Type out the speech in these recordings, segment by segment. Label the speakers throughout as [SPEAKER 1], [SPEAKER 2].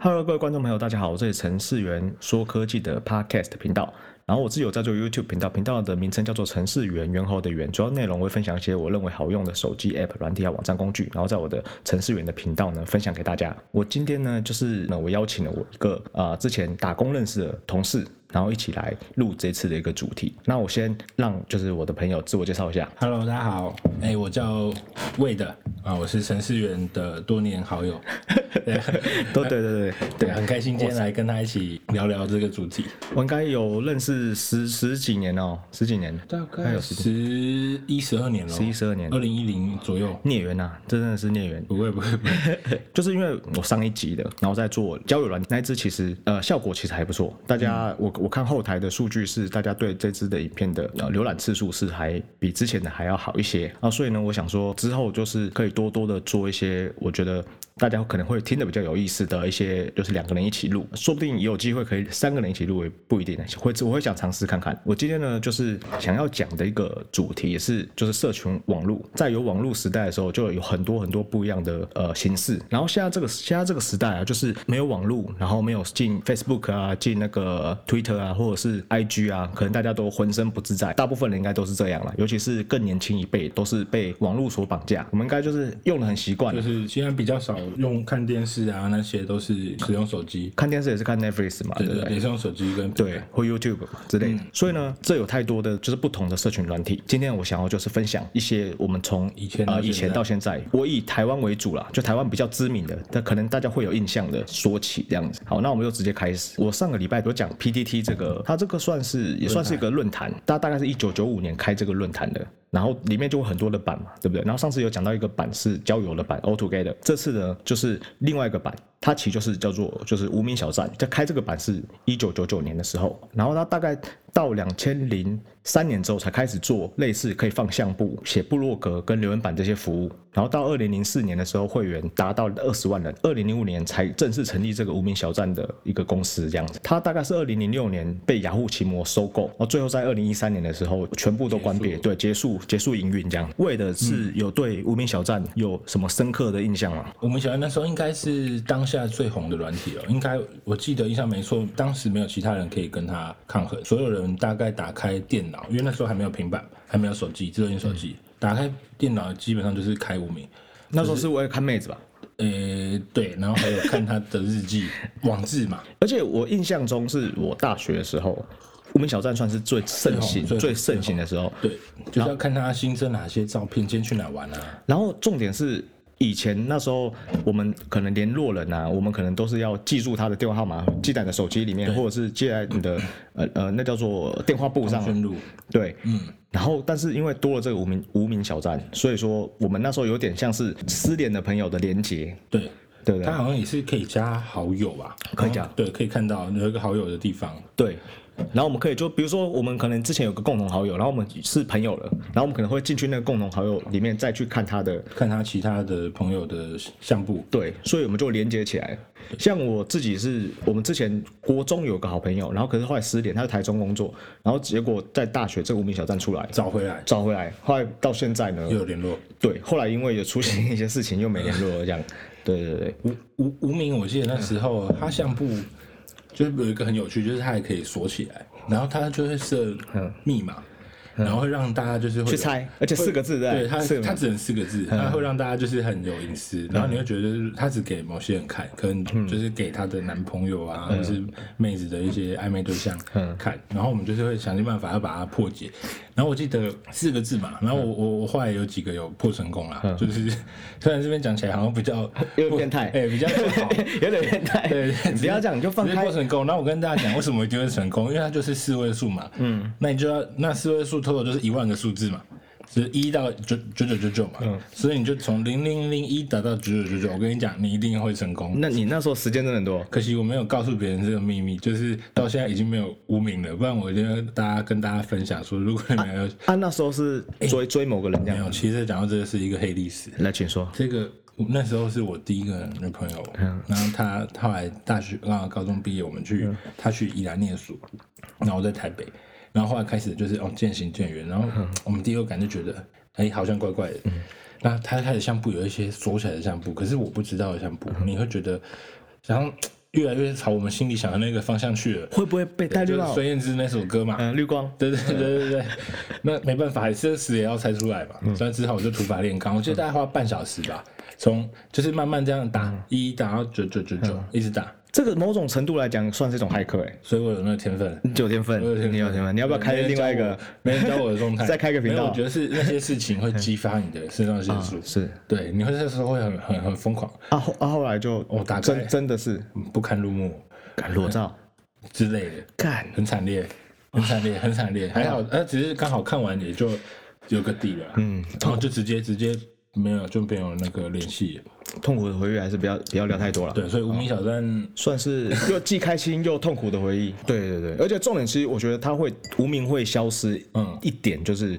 [SPEAKER 1] Hello，各位观众朋友，大家好，我这里是陈世元说科技的 Podcast 频道。然后我自己有在做 YouTube 频道，频道的名称叫做陈世元，猿猴的猿。主要内容我会分享一些我认为好用的手机 App、软体啊、网站工具，然后在我的陈世元的频道呢分享给大家。我今天呢，就是呃呢，我邀请了我一个呃之前打工认识的同事，然后一起来录这次的一个主题。那我先让就是我的朋友自我介绍一下。
[SPEAKER 2] Hello，大家好，哎、我叫魏的啊，我是陈世元的多年好友，对
[SPEAKER 1] 都对对对对
[SPEAKER 2] 对，，很开心今天来跟他一起聊聊这个主题，
[SPEAKER 1] 我应该有认识十十几年哦，十几年，
[SPEAKER 2] 大概十一十二年了，
[SPEAKER 1] 十一十二年
[SPEAKER 2] 二零一零左右，
[SPEAKER 1] 孽缘呐、这真的是孽缘。
[SPEAKER 2] 不会不会不会，
[SPEAKER 1] 就是因为我上一集的，然后在做交友软件那一支，其实呃效果其实还不错。大家、我我看后台的数据是，大家对这支的影片的呃浏览次数是还比之前的还要好一些啊。所以呢，我想说之后就是可以多多的做一些，我觉得。大家可能会听得比较有意思的一些，就是两个人一起录，说不定也有机会可以三个人一起录，也不一定呢。会我会想尝试看看。我今天呢，就是想要讲的一个主题，也是就是社群网络，在有网络时代的时候，就有很多很多不一样的呃形式。然后现在这个现在这个时代啊，就是没有网络，然后没有进 Facebook 啊，进那个 Twitter 啊，或者是 IG 啊，可能大家都浑身不自在。大部分人应该都是这样了，尤其是更年轻一辈，都是被网络所绑架。我们应该就是用的很习惯了 啊
[SPEAKER 2] 就。是现在比较少用看电视啊，那些都是使用手机，
[SPEAKER 1] 看电视也是看 Netflix 嘛，对
[SPEAKER 2] 对
[SPEAKER 1] 不
[SPEAKER 2] 对，也是用手机跟
[SPEAKER 1] 对，或 YouTube 嘛之
[SPEAKER 2] 嗯
[SPEAKER 1] 类的。所以呢，这有太多的就是不同的社群软体。今天我想要就是分享一些我们从
[SPEAKER 2] 以前到
[SPEAKER 1] 呃以
[SPEAKER 2] 现
[SPEAKER 1] 前
[SPEAKER 2] 在
[SPEAKER 1] 到现在，我以台湾为主啦，就台湾比较知名的，但可能大家会有印象的说起这样子。好，那我们就直接开始。我上个礼拜有讲 PDT 这个，它这个算是也算是一个论坛，大大概是一九九五年开这个论坛的。然后里面就有很多的版嘛，对不对？然后上次有讲到一个版是交友的版 All Together，这次呢就是另外一个版，它其实就是叫做就是无名小站。在开这个版是一九九九年的时候，然后它大概到两千零三年之后才开始做类似可以放相簿、写部落格跟留言板这些服务。然后到二零零四年的时候，会员达到二十万人，二零零五年才正式成立这个无名小站的一个公司，这样子。它大概是二零零六年被雅虎奇摩收购，然后最后在二零一三年的时候全部都关闭，对，结束结束营运这样。为的是有对无名小站有什么深刻的印象吗？
[SPEAKER 2] 我们小学那时候应该是当下最红的软体哦，应该我记得印象没错，当时没有其他人可以跟它抗衡，所有人大概打开电脑，因为那时候还没有平板，还没有手机，智能型手机，
[SPEAKER 1] 嗯
[SPEAKER 2] 打开电脑基本上就是开无名，
[SPEAKER 1] 那时候是为了看妹子吧。
[SPEAKER 2] 呃，对，然后还有看他的日记、 网志嘛，
[SPEAKER 1] 而且我印象中是我大学的时候，无名小站算是最盛行、
[SPEAKER 2] 最红最红
[SPEAKER 1] 最盛行的时候。
[SPEAKER 2] 对，就是要看他新增哪些照片，今天去哪玩啊，
[SPEAKER 1] 然后重点是。以前那时候，我们可能联络人啊，我们可能都是要记住他的电话号码，记在你的手机里面，或者是记在你的呃呃，那叫做电话簿上。啊
[SPEAKER 2] 顺路，
[SPEAKER 1] 对，嗯。然后，但是因为多了这个无名无名小站，所以说我们那时候有点像是失联的朋友的连结，
[SPEAKER 2] 对。
[SPEAKER 1] 对不
[SPEAKER 2] 他
[SPEAKER 1] 对？
[SPEAKER 2] 好像也是可以加好友吧？
[SPEAKER 1] 可以加
[SPEAKER 2] 然后对，可以看到有一个好友的地方，
[SPEAKER 1] 对。然后我们可以就比如说，我们可能之前有个共同好友，然后我们是朋友了，然后我们可能会进去那个共同好友里面再去看他的
[SPEAKER 2] 看他其他的朋友的相簿，
[SPEAKER 1] 对，所以我们就连接起来。像我自己是我们之前国中有个好朋友，然后可是后来失联，他在台中工作，然后结果在大学这个无名小站出来
[SPEAKER 2] 找回来
[SPEAKER 1] 找回来，后来到现在呢
[SPEAKER 2] 又，有联络。
[SPEAKER 1] 对，后来因为有出现一些事情又没联络了，这 样，对对对，
[SPEAKER 2] 无无无名，我记得那时候啊他相簿就是有一个很有趣，就是它还可以锁起来，然后它就会设密码，然后会让大家就是会
[SPEAKER 1] 去
[SPEAKER 2] 有。
[SPEAKER 1] 猜，而且四个字
[SPEAKER 2] 对
[SPEAKER 1] 吧
[SPEAKER 2] 它
[SPEAKER 1] 四，个
[SPEAKER 2] 它
[SPEAKER 1] 字嗯
[SPEAKER 2] 只能四个字，它会让大家就是很有隐私，然后你会觉得就是它只给某些人看，可
[SPEAKER 1] 嗯
[SPEAKER 2] 能就是给她的男朋友啊，或是妹子的一些暧昧对象
[SPEAKER 1] 嗯
[SPEAKER 2] 看，然后我们就是会想尽办法要把它破解。然后我记得四个字嘛，然后我
[SPEAKER 1] 嗯
[SPEAKER 2] 我我后来有几个有破成功啦，就是 虽然这边讲起来好像比较
[SPEAKER 1] 有点变态
[SPEAKER 2] 哎，比较不 好，
[SPEAKER 1] 有点变态，
[SPEAKER 2] 对，
[SPEAKER 1] 你不要这样，你就放
[SPEAKER 2] 直接
[SPEAKER 1] 开
[SPEAKER 2] 过，成功。那我跟大家讲，为什么一定会成 功？因为它就是四位数嘛。嗯，那你就要那四位数 total 就是一万个数字嘛，就是一到九九九九九嘛。嗯，所以你就从零零零一打到九九九九，我跟你讲，你一定会成功。
[SPEAKER 1] 那你那时候时间真的很多，
[SPEAKER 2] 可惜我没有告诉别人这个秘密，就是到现在已经没有无名了，不然我就要大家跟大家分享说，如果你们有、
[SPEAKER 1] 啊，那时候是追追某个人这
[SPEAKER 2] 没
[SPEAKER 1] 样，
[SPEAKER 2] 有，其实讲到这个是一个黑历史。
[SPEAKER 1] 来，请说，
[SPEAKER 2] 这个我那时候是我第一个女朋友，然后她她后来大学啊高中毕业，我们去、她去宜兰念书，然后我在台北，然后后来开始就是哦渐行渐远，然后我们第六感就觉得哎好像怪怪的，那嗯她开始相簿有一些锁起来的相簿，可是我不知道的相簿，你会觉得然后越来越朝我们心里想的那个方向去了。
[SPEAKER 1] 会不会被带
[SPEAKER 2] 就
[SPEAKER 1] 入
[SPEAKER 2] 是
[SPEAKER 1] 到
[SPEAKER 2] 孙燕姿那首歌嘛，
[SPEAKER 1] 嗯绿光？
[SPEAKER 2] 对对对对
[SPEAKER 1] 嗯
[SPEAKER 2] 对，那没办法，这词也要猜出来嘛，所以只好我就土法炼钢。我记
[SPEAKER 1] 嗯
[SPEAKER 2] 得大概花半小时吧，从就是慢慢这样打
[SPEAKER 1] 嗯
[SPEAKER 2] 一打到九九九九，一直打，
[SPEAKER 1] 这个某种程度来讲算是一种骇客哎、
[SPEAKER 2] 所以我有那个天分。
[SPEAKER 1] 你九天分
[SPEAKER 2] 我有天，分
[SPEAKER 1] 你有天分，你要不要开另外一个？
[SPEAKER 2] 没人教我的状态，
[SPEAKER 1] 再开个频道哦
[SPEAKER 2] 没有我觉得是那些事情会激发你的肾 上腺素，
[SPEAKER 1] 是
[SPEAKER 2] 对，你会那时候会很很很疯狂，
[SPEAKER 1] 啊后啊后来就
[SPEAKER 2] 哦大概
[SPEAKER 1] 真真的是
[SPEAKER 2] 不堪入目
[SPEAKER 1] 干裸照，
[SPEAKER 2] 之类的，
[SPEAKER 1] 干
[SPEAKER 2] 很惨烈，很惨烈，很 惨烈。还好，呃，只是刚好看完也就有个底了，嗯，然后就直接直接没有就没有那个联系了，
[SPEAKER 1] 痛苦的回忆还是不要不要聊太多了。
[SPEAKER 2] 对，所以无名小站
[SPEAKER 1] 算 是又既开心又痛苦的回忆。对对对，而且重点其实我觉得它会无名会消失，嗯
[SPEAKER 2] 嗯，
[SPEAKER 1] 一点就是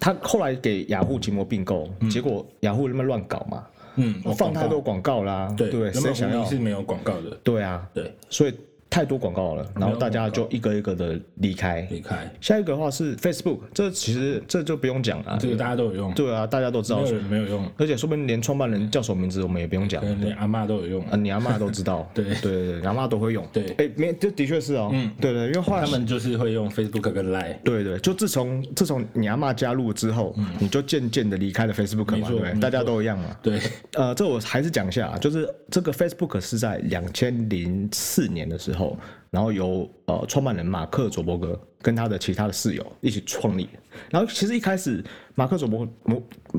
[SPEAKER 1] 他后来给雅虎奇摩并购，结果雅虎那边乱搞嘛，
[SPEAKER 2] 嗯，我
[SPEAKER 1] 放
[SPEAKER 2] 广告
[SPEAKER 1] 太多广告啦，
[SPEAKER 2] 对，
[SPEAKER 1] 对，
[SPEAKER 2] 原本
[SPEAKER 1] 谁
[SPEAKER 2] 无
[SPEAKER 1] 想要
[SPEAKER 2] 名？是没有广告的，
[SPEAKER 1] 对啊，
[SPEAKER 2] 对，
[SPEAKER 1] 所以太多广告了，然后大家就一个一个的离开。
[SPEAKER 2] 离开
[SPEAKER 1] 下一个的话是 Facebook，这其实这就不用讲了，
[SPEAKER 2] 这个大家都有用，
[SPEAKER 1] 对啊，大家都知道
[SPEAKER 2] 没，有人没有用，
[SPEAKER 1] 而且说不定连创办人叫什么名字我们也不用讲
[SPEAKER 2] 可，能连阿嬷都有用
[SPEAKER 1] 啊，，你阿妈都知道，
[SPEAKER 2] 对
[SPEAKER 1] 对对对，你阿妈都会用，
[SPEAKER 2] 对
[SPEAKER 1] 哎，没，这的确是哦，嗯，对对，因为后来
[SPEAKER 2] 他们就是会用 Facebook 跟 Line。
[SPEAKER 1] 对对，就自从自从你阿妈加入之后，你就渐渐的离开了 Facebook
[SPEAKER 2] 嗯没
[SPEAKER 1] 嘛，
[SPEAKER 2] 错
[SPEAKER 1] 对不对？
[SPEAKER 2] 没错
[SPEAKER 1] 大家都一样嘛。
[SPEAKER 2] 对，
[SPEAKER 1] 呃，这我还是讲一下啊，就是这个 Facebook 是在两千零四年的时候，然后由呃创办人马克·佐伯格跟他的其他的室友一起创立。然后其实一开始马克·佐伯马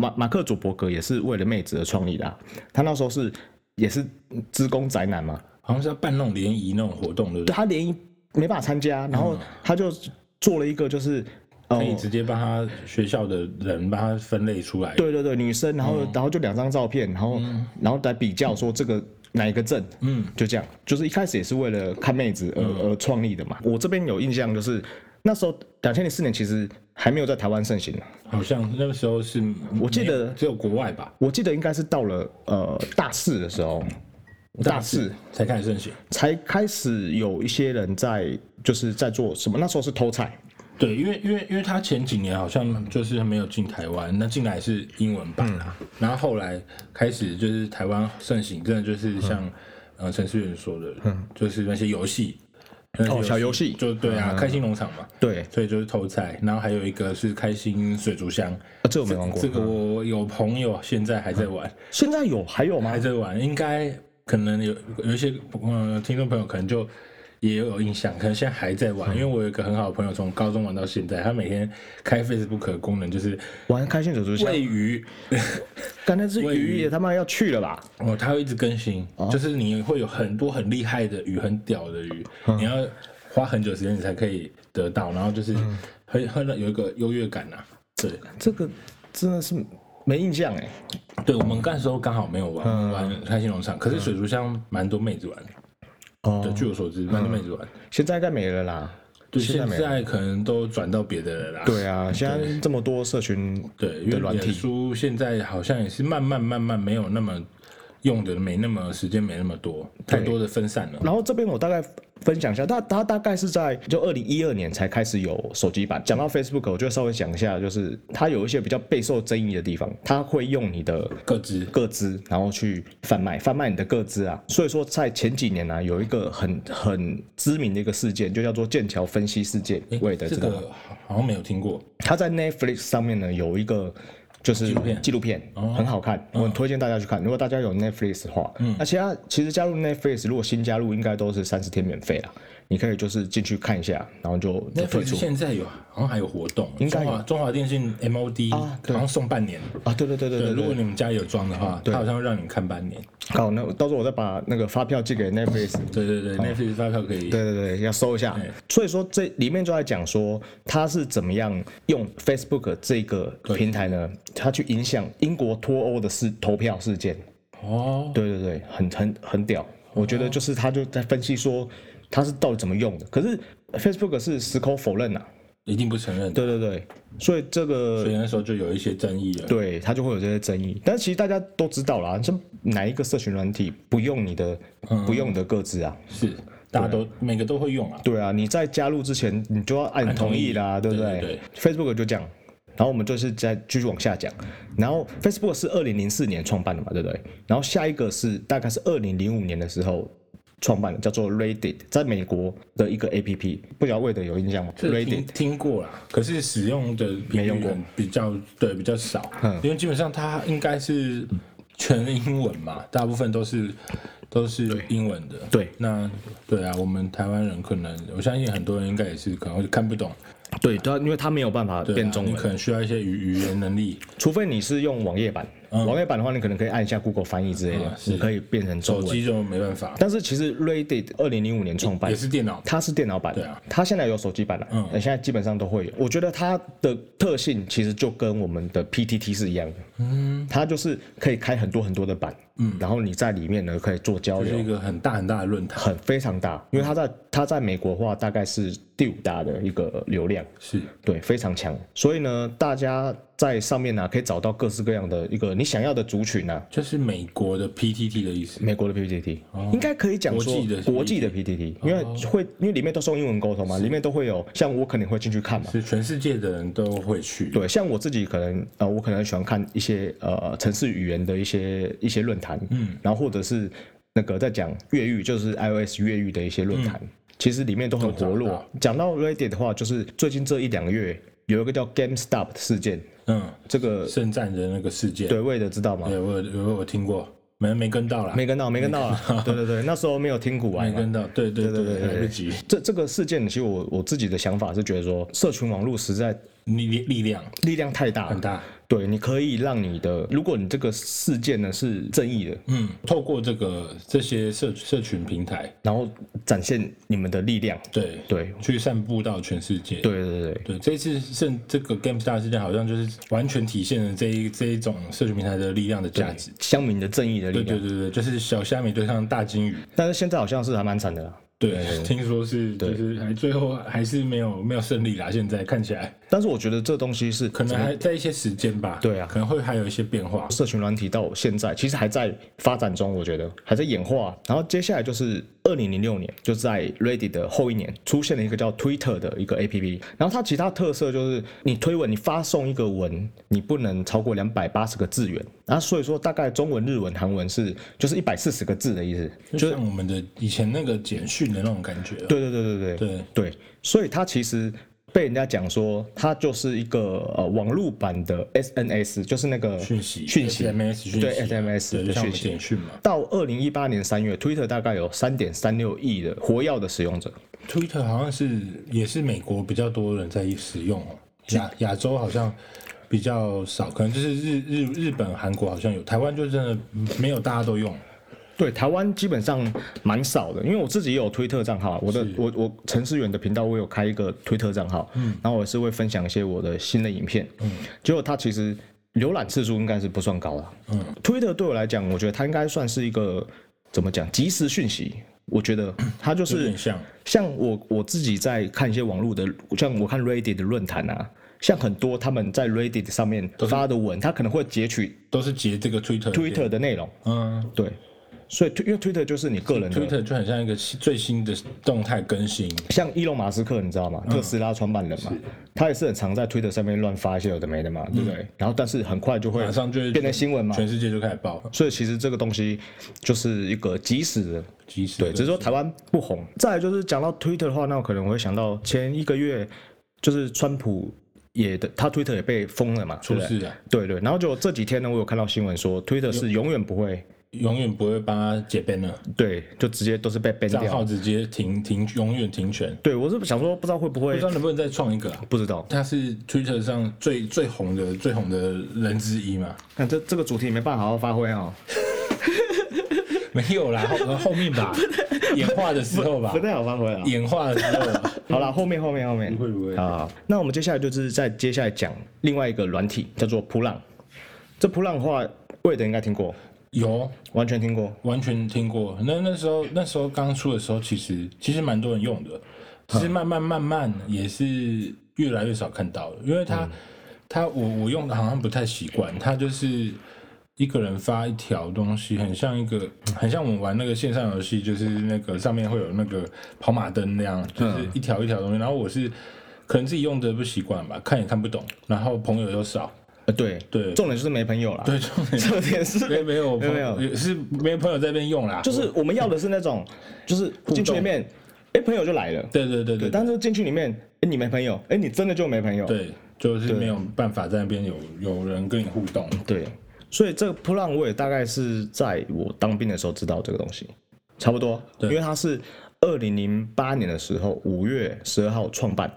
[SPEAKER 1] 马马克·佐伯格也是为了妹子而创立的、啊，他那时候是也是职工宅男嘛，
[SPEAKER 2] 好像是要办那种联谊那种活动，对
[SPEAKER 1] 对
[SPEAKER 2] 不对？
[SPEAKER 1] 他联谊没办法参加，然后他就做了一个就是。呃
[SPEAKER 2] 嗯可以直接帮他学校的人帮他分类出来。
[SPEAKER 1] 对对对，女生，然后、然后就两张照片，然后、然后来比较说这个哪一个正，嗯，就这样，就是一开始也是为了看妹子而、而创立的嘛。我这边有印象，就是那时候两千零四年其实还没有在台湾盛行啊，
[SPEAKER 2] 好像那个时候是，
[SPEAKER 1] 我记得
[SPEAKER 2] 没有只有国外吧，
[SPEAKER 1] 我记得应该是到了呃大四的时候，大四
[SPEAKER 2] 才开始盛行。
[SPEAKER 1] 才开始有一些人在就是在做什么，那时候是偷菜，
[SPEAKER 2] 对，因为因为因为他前几年好像就是没有进台湾，那进来是英文版
[SPEAKER 1] 嗯
[SPEAKER 2] 啊，然后后来开始就是台湾盛行，真的
[SPEAKER 1] 嗯
[SPEAKER 2] 就是像呃陈思远说的，就是那些游戏。那些
[SPEAKER 1] 哦小游戏嗯
[SPEAKER 2] 就对啊，开心农场嘛，
[SPEAKER 1] 对，
[SPEAKER 2] 所以就是偷菜，然后还有一个是开心水族箱，
[SPEAKER 1] 啊、这我没玩过，嗯
[SPEAKER 2] 这个我有朋友现在还在玩，
[SPEAKER 1] 现在有还有吗
[SPEAKER 2] 还？在玩，应该可能有有一些呃听众朋友可能就也有印象，可能现在还在玩，因为我有一个很好的朋友，从高中玩到现在，他每天开 Facebook 的功能就是
[SPEAKER 1] 玩开心手足箱，
[SPEAKER 2] 喂鱼，
[SPEAKER 1] 刚才是
[SPEAKER 2] 喂
[SPEAKER 1] 鱼
[SPEAKER 2] 鱼
[SPEAKER 1] 也他妈要去了吧？
[SPEAKER 2] 哦，它会一直更新，就是你会有很多很厉害的鱼，很屌的鱼，你要花很久时间你才可以得到，然后就是很很有一个优越感呐、啊，对。
[SPEAKER 1] 这个真的是没印象哎。
[SPEAKER 2] 对，我们那时候刚好没有玩、玩开心农场，可是水族箱蛮多妹子玩的。对，
[SPEAKER 1] 哦，
[SPEAKER 2] 据我所知，蛮多妹子玩。
[SPEAKER 1] 现在应该没了啦。
[SPEAKER 2] 对，
[SPEAKER 1] 现在
[SPEAKER 2] 现
[SPEAKER 1] 没
[SPEAKER 2] 在可能都转到别的了啦。
[SPEAKER 1] 对啊，现在这么多社群，
[SPEAKER 2] 对，
[SPEAKER 1] 的
[SPEAKER 2] 因为
[SPEAKER 1] 软体
[SPEAKER 2] 脸书现在好像也是慢慢慢慢没有那么用的，没那么时间，没那么多，太多的分散了。
[SPEAKER 1] 然后这边我大概分享一下，它它大概是在就二零一二年才开始有手机版。讲到 Facebook，我就稍微讲一下，就是它有一些比较备受争议的地方，它会用你的
[SPEAKER 2] 各自
[SPEAKER 1] 个资，然后去贩卖贩卖你的个资啊。所以说，在前几年呢、啊，有一个很很知名的一个事件，就叫做剑桥分析事件，我也得
[SPEAKER 2] 这
[SPEAKER 1] 知道。
[SPEAKER 2] 个好像没有听过，
[SPEAKER 1] 他在 Netflix 上面呢有一个就是纪录片，哦很好看，我很推荐大家去看。如果大家有 Netflix 的话，那其他其实加入 Netflix，如果新加入应该都是三十天免费啦，你可以就是进去看一下，然后就就
[SPEAKER 2] 那
[SPEAKER 1] 退出
[SPEAKER 2] 现在有好像还有活动，
[SPEAKER 1] 该
[SPEAKER 2] 中
[SPEAKER 1] 有
[SPEAKER 2] 华中华电信 MOD
[SPEAKER 1] 啊
[SPEAKER 2] 好
[SPEAKER 1] 对
[SPEAKER 2] 像送半年。
[SPEAKER 1] 啊。对对对对
[SPEAKER 2] 对，
[SPEAKER 1] 对
[SPEAKER 2] 如
[SPEAKER 1] 对
[SPEAKER 2] 果。你们家有装的话，它好像会让你看半年。
[SPEAKER 1] 好，那我到时候我再把那个发票寄给 Netflix。
[SPEAKER 2] 对对对，Netflix 发票可以。
[SPEAKER 1] 哦对对对，要搜一下。所以说这里面就在讲说他是怎么样用 Facebook 这个平台呢，他去影响英国脱欧的事投票事件。
[SPEAKER 2] 哦，
[SPEAKER 1] 对对对，很很很屌。我觉得就是他就在分析说他是到底怎么用的，可是 Facebook 是矢口否认呐、啊。
[SPEAKER 2] 一定不承认的，
[SPEAKER 1] 对对对，所以这
[SPEAKER 2] 所
[SPEAKER 1] 个
[SPEAKER 2] 以那时候就有一些争议了。
[SPEAKER 1] 对他就会有这些争议。但是其实大家都知道啦，就哪一个社群软体不用你的
[SPEAKER 2] 嗯
[SPEAKER 1] 不用你的个资啊？
[SPEAKER 2] 是，大家都每个都会用啊。
[SPEAKER 1] 对啊，你在加入之前你就要按
[SPEAKER 2] 按同
[SPEAKER 1] 同意
[SPEAKER 2] 意
[SPEAKER 1] 啦，对不
[SPEAKER 2] 对对
[SPEAKER 1] Facebook 就这样。然后我们就是再继续往下讲，然后 Facebook 是二零零四年创办的嘛，对不对？然后下一个是大概是二零零五年的时候创办的，叫做 Reddit，在美国的一个 APP，不晓得魏德有印象吗
[SPEAKER 2] 这个
[SPEAKER 1] ？Reddit
[SPEAKER 2] 听听过啦，可是使用的
[SPEAKER 1] 没
[SPEAKER 2] 频
[SPEAKER 1] 用过
[SPEAKER 2] 率比较对比较少，
[SPEAKER 1] 嗯
[SPEAKER 2] 因为基本上它应该是全英文嘛，大部分都是都是英文的。
[SPEAKER 1] 对
[SPEAKER 2] 那对啊，我们台湾人可能我相信很多人应该也是可能会看不懂，
[SPEAKER 1] 对，它因为它没有办法
[SPEAKER 2] 对啊
[SPEAKER 1] 变中
[SPEAKER 2] 你可
[SPEAKER 1] 文，
[SPEAKER 2] 能需要一些语语言能力，
[SPEAKER 1] 除非你是用网页版。网页版的话，你可能可以按一下 Google 翻译之类的
[SPEAKER 2] 嗯嗯，是
[SPEAKER 1] 你可以变成中
[SPEAKER 2] 手
[SPEAKER 1] 文。
[SPEAKER 2] 机就没办法，
[SPEAKER 1] 但是其实 Reddit 二零零五年创办
[SPEAKER 2] 也，是电脑。
[SPEAKER 1] 它是电脑版，
[SPEAKER 2] 对啊，
[SPEAKER 1] 它现在有手机版了，嗯
[SPEAKER 2] 嗯，
[SPEAKER 1] 现在基本上都会有。我觉得它的特性其实就跟我们的 PTT 是一样的，嗯，它就是可以开很多很多的版，嗯，然后你在里面呢可以做交
[SPEAKER 2] 就是
[SPEAKER 1] 流
[SPEAKER 2] 一，个很大很大的论坛，
[SPEAKER 1] 很非常大，因为它在它在美国的话大概是第五大的一个流量，
[SPEAKER 2] 是
[SPEAKER 1] 对，非常强。所以呢，大家在上面呢、啊可以找到各式各样的一个你想要的族群啊，
[SPEAKER 2] 就是美国的 PTT 的意思。
[SPEAKER 1] 美国的 PPT，、应该可以讲说
[SPEAKER 2] 国际的
[SPEAKER 1] 哦国际的 PPT，、因为会因为里面哦都是用英文沟通嘛，里面都会有像我肯定会进去看嘛。
[SPEAKER 2] 是全世界的人都会去，
[SPEAKER 1] 对，像我自己可能呃，我可能喜欢看一些呃城市语言的一些一些论坛，嗯，然后或者是那个在讲越狱，就是 iOS 越狱的一些论坛，其实里面嗯都很活
[SPEAKER 2] 都找
[SPEAKER 1] 络
[SPEAKER 2] 到。
[SPEAKER 1] 讲到 Reddit 的话，就是最近这一两个月有一个叫 GameStop 的事件，
[SPEAKER 2] 嗯，
[SPEAKER 1] 这个
[SPEAKER 2] 圣战的那个事件，
[SPEAKER 1] 对位的知道吗？
[SPEAKER 2] 对，哎我有我有听过，没没跟到啦，
[SPEAKER 1] 没跟到，没跟到啊！对对对，那时候没有听股啊
[SPEAKER 2] 没。跟到，对对对
[SPEAKER 1] 对对
[SPEAKER 2] 来不及。
[SPEAKER 1] 这这个事件，其实我我自己的想法是觉得说，社群网络实在
[SPEAKER 2] 力力力量
[SPEAKER 1] 力量太大
[SPEAKER 2] 很
[SPEAKER 1] 了。
[SPEAKER 2] 大，
[SPEAKER 1] 对，你可以让你的，如果你这个事件呢是正义的，
[SPEAKER 2] 嗯，透过这个这些社社群平台，
[SPEAKER 1] 然后展现你们的力量。
[SPEAKER 2] 对，
[SPEAKER 1] 对，
[SPEAKER 2] 去散布到全世界。
[SPEAKER 1] 对对对对
[SPEAKER 2] 对，这次圣这个 GameStar 事件好像就是完全体现了这一这一种社群平台的力量的价值。
[SPEAKER 1] 乡民的正义的力
[SPEAKER 2] 对对
[SPEAKER 1] 量。
[SPEAKER 2] 对对，就是小虾米对上大金鱼。
[SPEAKER 1] 但是现在好像是还蛮惨的啦。
[SPEAKER 2] 对， 听说是就是还最后还是没有没有胜利啦，现在看起来
[SPEAKER 1] 但是我觉得这东西是
[SPEAKER 2] 可能还在一些时间吧。
[SPEAKER 1] 对啊
[SPEAKER 2] 可能会还有一些变化。
[SPEAKER 1] 社群软体到现在其实还在发展中，我觉得还在演化。然后接下来就是二零零六年，就在 Reddit 的后一年，出现了一个叫 Twitter 的一个 APP。然后它其他特色就是，你推文，你发送一个文，你不能超过两百八十个字元。然后所以说，大概中文、日文、韩文是就是一百四十个字的意思。
[SPEAKER 2] 就像我们的以前那个简讯的那种感觉。
[SPEAKER 1] 对对对对对
[SPEAKER 2] 对，
[SPEAKER 1] 对，所以它其实被人家讲说，它就是一个呃网络版的 SNS，就是那个
[SPEAKER 2] 讯息、
[SPEAKER 1] 讯息
[SPEAKER 2] SMS 讯息、
[SPEAKER 1] 对 SMS
[SPEAKER 2] 对，
[SPEAKER 1] 的
[SPEAKER 2] 就像
[SPEAKER 1] 讯
[SPEAKER 2] 我们
[SPEAKER 1] 息。
[SPEAKER 2] 简讯嘛。
[SPEAKER 1] 到二零一八年三月，Twitter 大概有三点三六亿的活跃的使用者，
[SPEAKER 2] Twitter 好像是也是美国比较多人在使用哦，亚亚洲好像比较少，可能就是日日日本、韩国好像有，台湾就真的没有大家都用。
[SPEAKER 1] 对台湾基本上蛮少的，因为我自己也有推特账号啊，我的我我陈思远的频道我有开一个推特账号，嗯，然后我也是会分享一些我的新的影片，嗯，结果它其实浏览次数应该是不算高的，嗯，推特对我来讲，我觉得它应该算是一个怎么讲即时讯息，我觉得它就
[SPEAKER 2] 有
[SPEAKER 1] 是
[SPEAKER 2] 点像
[SPEAKER 1] 像我我自己在看一些网络的，像我看 Reddit 的论坛啊。像很多他们在 Reddit 上面发的文，他可能会截取
[SPEAKER 2] 都是截这个 Twitter 的
[SPEAKER 1] Twitter 的内容，
[SPEAKER 2] 嗯
[SPEAKER 1] 对，所以因为 Twitter 就是你个人的，
[SPEAKER 2] ，Twitter 就很像一个新最新的动态更新，
[SPEAKER 1] 像伊隆马斯克，你知道吗？特斯拉创办人嘛，他也是很常在 Twitter 上面乱发一些有的没的嘛，对不对？然后但是很快就会
[SPEAKER 2] 马上就会
[SPEAKER 1] 变成新闻嘛，
[SPEAKER 2] 全世界就开始报，
[SPEAKER 1] 所以其实这个东西就是一个即时的。
[SPEAKER 2] 即时
[SPEAKER 1] 对，只
[SPEAKER 2] 的
[SPEAKER 1] 是说台湾不红。再来就是讲到 Twitter 的话，那我可能我会想到前一个月，就是川普也的，他 Twitter 也被封了嘛，
[SPEAKER 2] 出
[SPEAKER 1] 对不对
[SPEAKER 2] 事啊，
[SPEAKER 1] 对对，然后就这几天呢，我有看到新闻说，Twitter 是永远不会，
[SPEAKER 2] 永远不会帮他解 ban 了，
[SPEAKER 1] 对，就直接都是被 ban
[SPEAKER 2] 账
[SPEAKER 1] 掉
[SPEAKER 2] 号。直接停停，永远停权。
[SPEAKER 1] 对，我是想说，不知道会不
[SPEAKER 2] 不
[SPEAKER 1] 会
[SPEAKER 2] 知，道能不能再创一个、啊？
[SPEAKER 1] 不知道。
[SPEAKER 2] 他是 Twitter 上最最红的最红的人之一嘛？
[SPEAKER 1] 看这这个主题没办法好好发挥哦，
[SPEAKER 2] 没有啦，后后面 吧，演化的时候吧
[SPEAKER 1] 不，太好发挥啊。
[SPEAKER 2] 演化的时候吧，
[SPEAKER 1] 好了，后面后面后面
[SPEAKER 2] 会不会
[SPEAKER 1] 啊？那我们接下来就是在接下来讲另外一个软体，叫做扑浪。这扑浪的话，魏的应该听过，
[SPEAKER 2] 有
[SPEAKER 1] 完全听过。
[SPEAKER 2] 完全听过。那那时候那时候刚出的时候，其实其实蛮多人用
[SPEAKER 1] 嗯
[SPEAKER 2] 的，只是慢慢慢慢也是越来越少看到了，因为
[SPEAKER 1] 嗯
[SPEAKER 2] 他、他我我用的好像不太习惯，他就是。一个人发一条东西，很像一个，很像我们玩那个线上游戏，就是那个上面会有那个跑马灯那样，
[SPEAKER 1] 嗯
[SPEAKER 2] 就是一条一条东西。然后我是可能自己用的不习惯吧，看也看不懂，然后朋友又少，
[SPEAKER 1] 呃，对
[SPEAKER 2] 对
[SPEAKER 1] 重点就是没朋友啦。
[SPEAKER 2] 对，重 点
[SPEAKER 1] 重点是
[SPEAKER 2] 没没有朋
[SPEAKER 1] 没有
[SPEAKER 2] 友，，也是没有朋友在那边用啦，
[SPEAKER 1] 就是我们要的是那种，就是进去里面，哎，朋友就来了。
[SPEAKER 2] 对对对对
[SPEAKER 1] 对，但是进去里面，哎，你没朋友，哎，你真的就没朋友。
[SPEAKER 2] 对，就是没有办法在那边有有人跟你互动。
[SPEAKER 1] 对，所以这个普朗我也大概是在我当兵的时候知道这个东西，差不多，因
[SPEAKER 2] 对
[SPEAKER 1] 为它是二零零八年的时候五月十二号创办，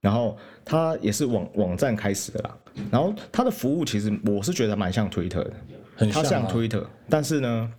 [SPEAKER 1] 然后它也是网网站开始的啦，然后它的服务其实我是觉得蛮像 Twitter 的，
[SPEAKER 2] 很
[SPEAKER 1] 它
[SPEAKER 2] 像
[SPEAKER 1] 像
[SPEAKER 2] 啊
[SPEAKER 1] Twitter，但是呢，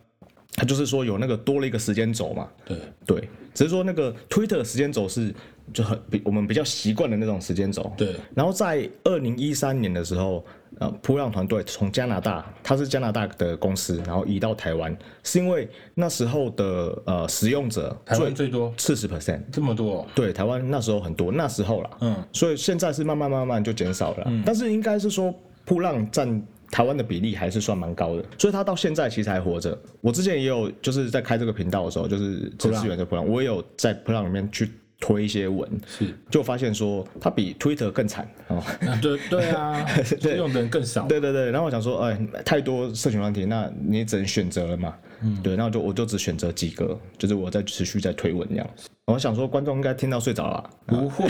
[SPEAKER 1] 它就是说有那个多了一个时间轴嘛，
[SPEAKER 2] 对，
[SPEAKER 1] 对，只是说那个 Twitter 的时间轴是就很比我们比较习惯的那种时间轴，
[SPEAKER 2] 对
[SPEAKER 1] 然后在二零一三年的时候，呃，普朗团队从加拿大，它是加拿大的公司，然后移到台湾，是因为那时候的呃使用者
[SPEAKER 2] 台湾最多
[SPEAKER 1] 四十 percent，
[SPEAKER 2] 这么多，
[SPEAKER 1] 对，台湾那时候很多，那时候啦，
[SPEAKER 2] 嗯，
[SPEAKER 1] 所以现在是慢慢慢慢就减少了啦，但是应该是说普浪占。台湾的比例还是算蛮高的，所以他到现在其实还活着。我之前也有就是在开这个频道的时候，就是陈思源的普浪，我也有在普浪里面去推一些文，
[SPEAKER 2] 是，
[SPEAKER 1] 就发现说他比 Twitter 更惨哦。
[SPEAKER 2] 啊对对啊，就是用的人更 少。
[SPEAKER 1] 对对对，然后我想说，哎，太多社群软体，那你也只能选择了嘛。嗯，对，那我就我就只选择几个，就是我在持续在推文这样。我想说，观众应该听到睡着了吧，
[SPEAKER 2] 不会，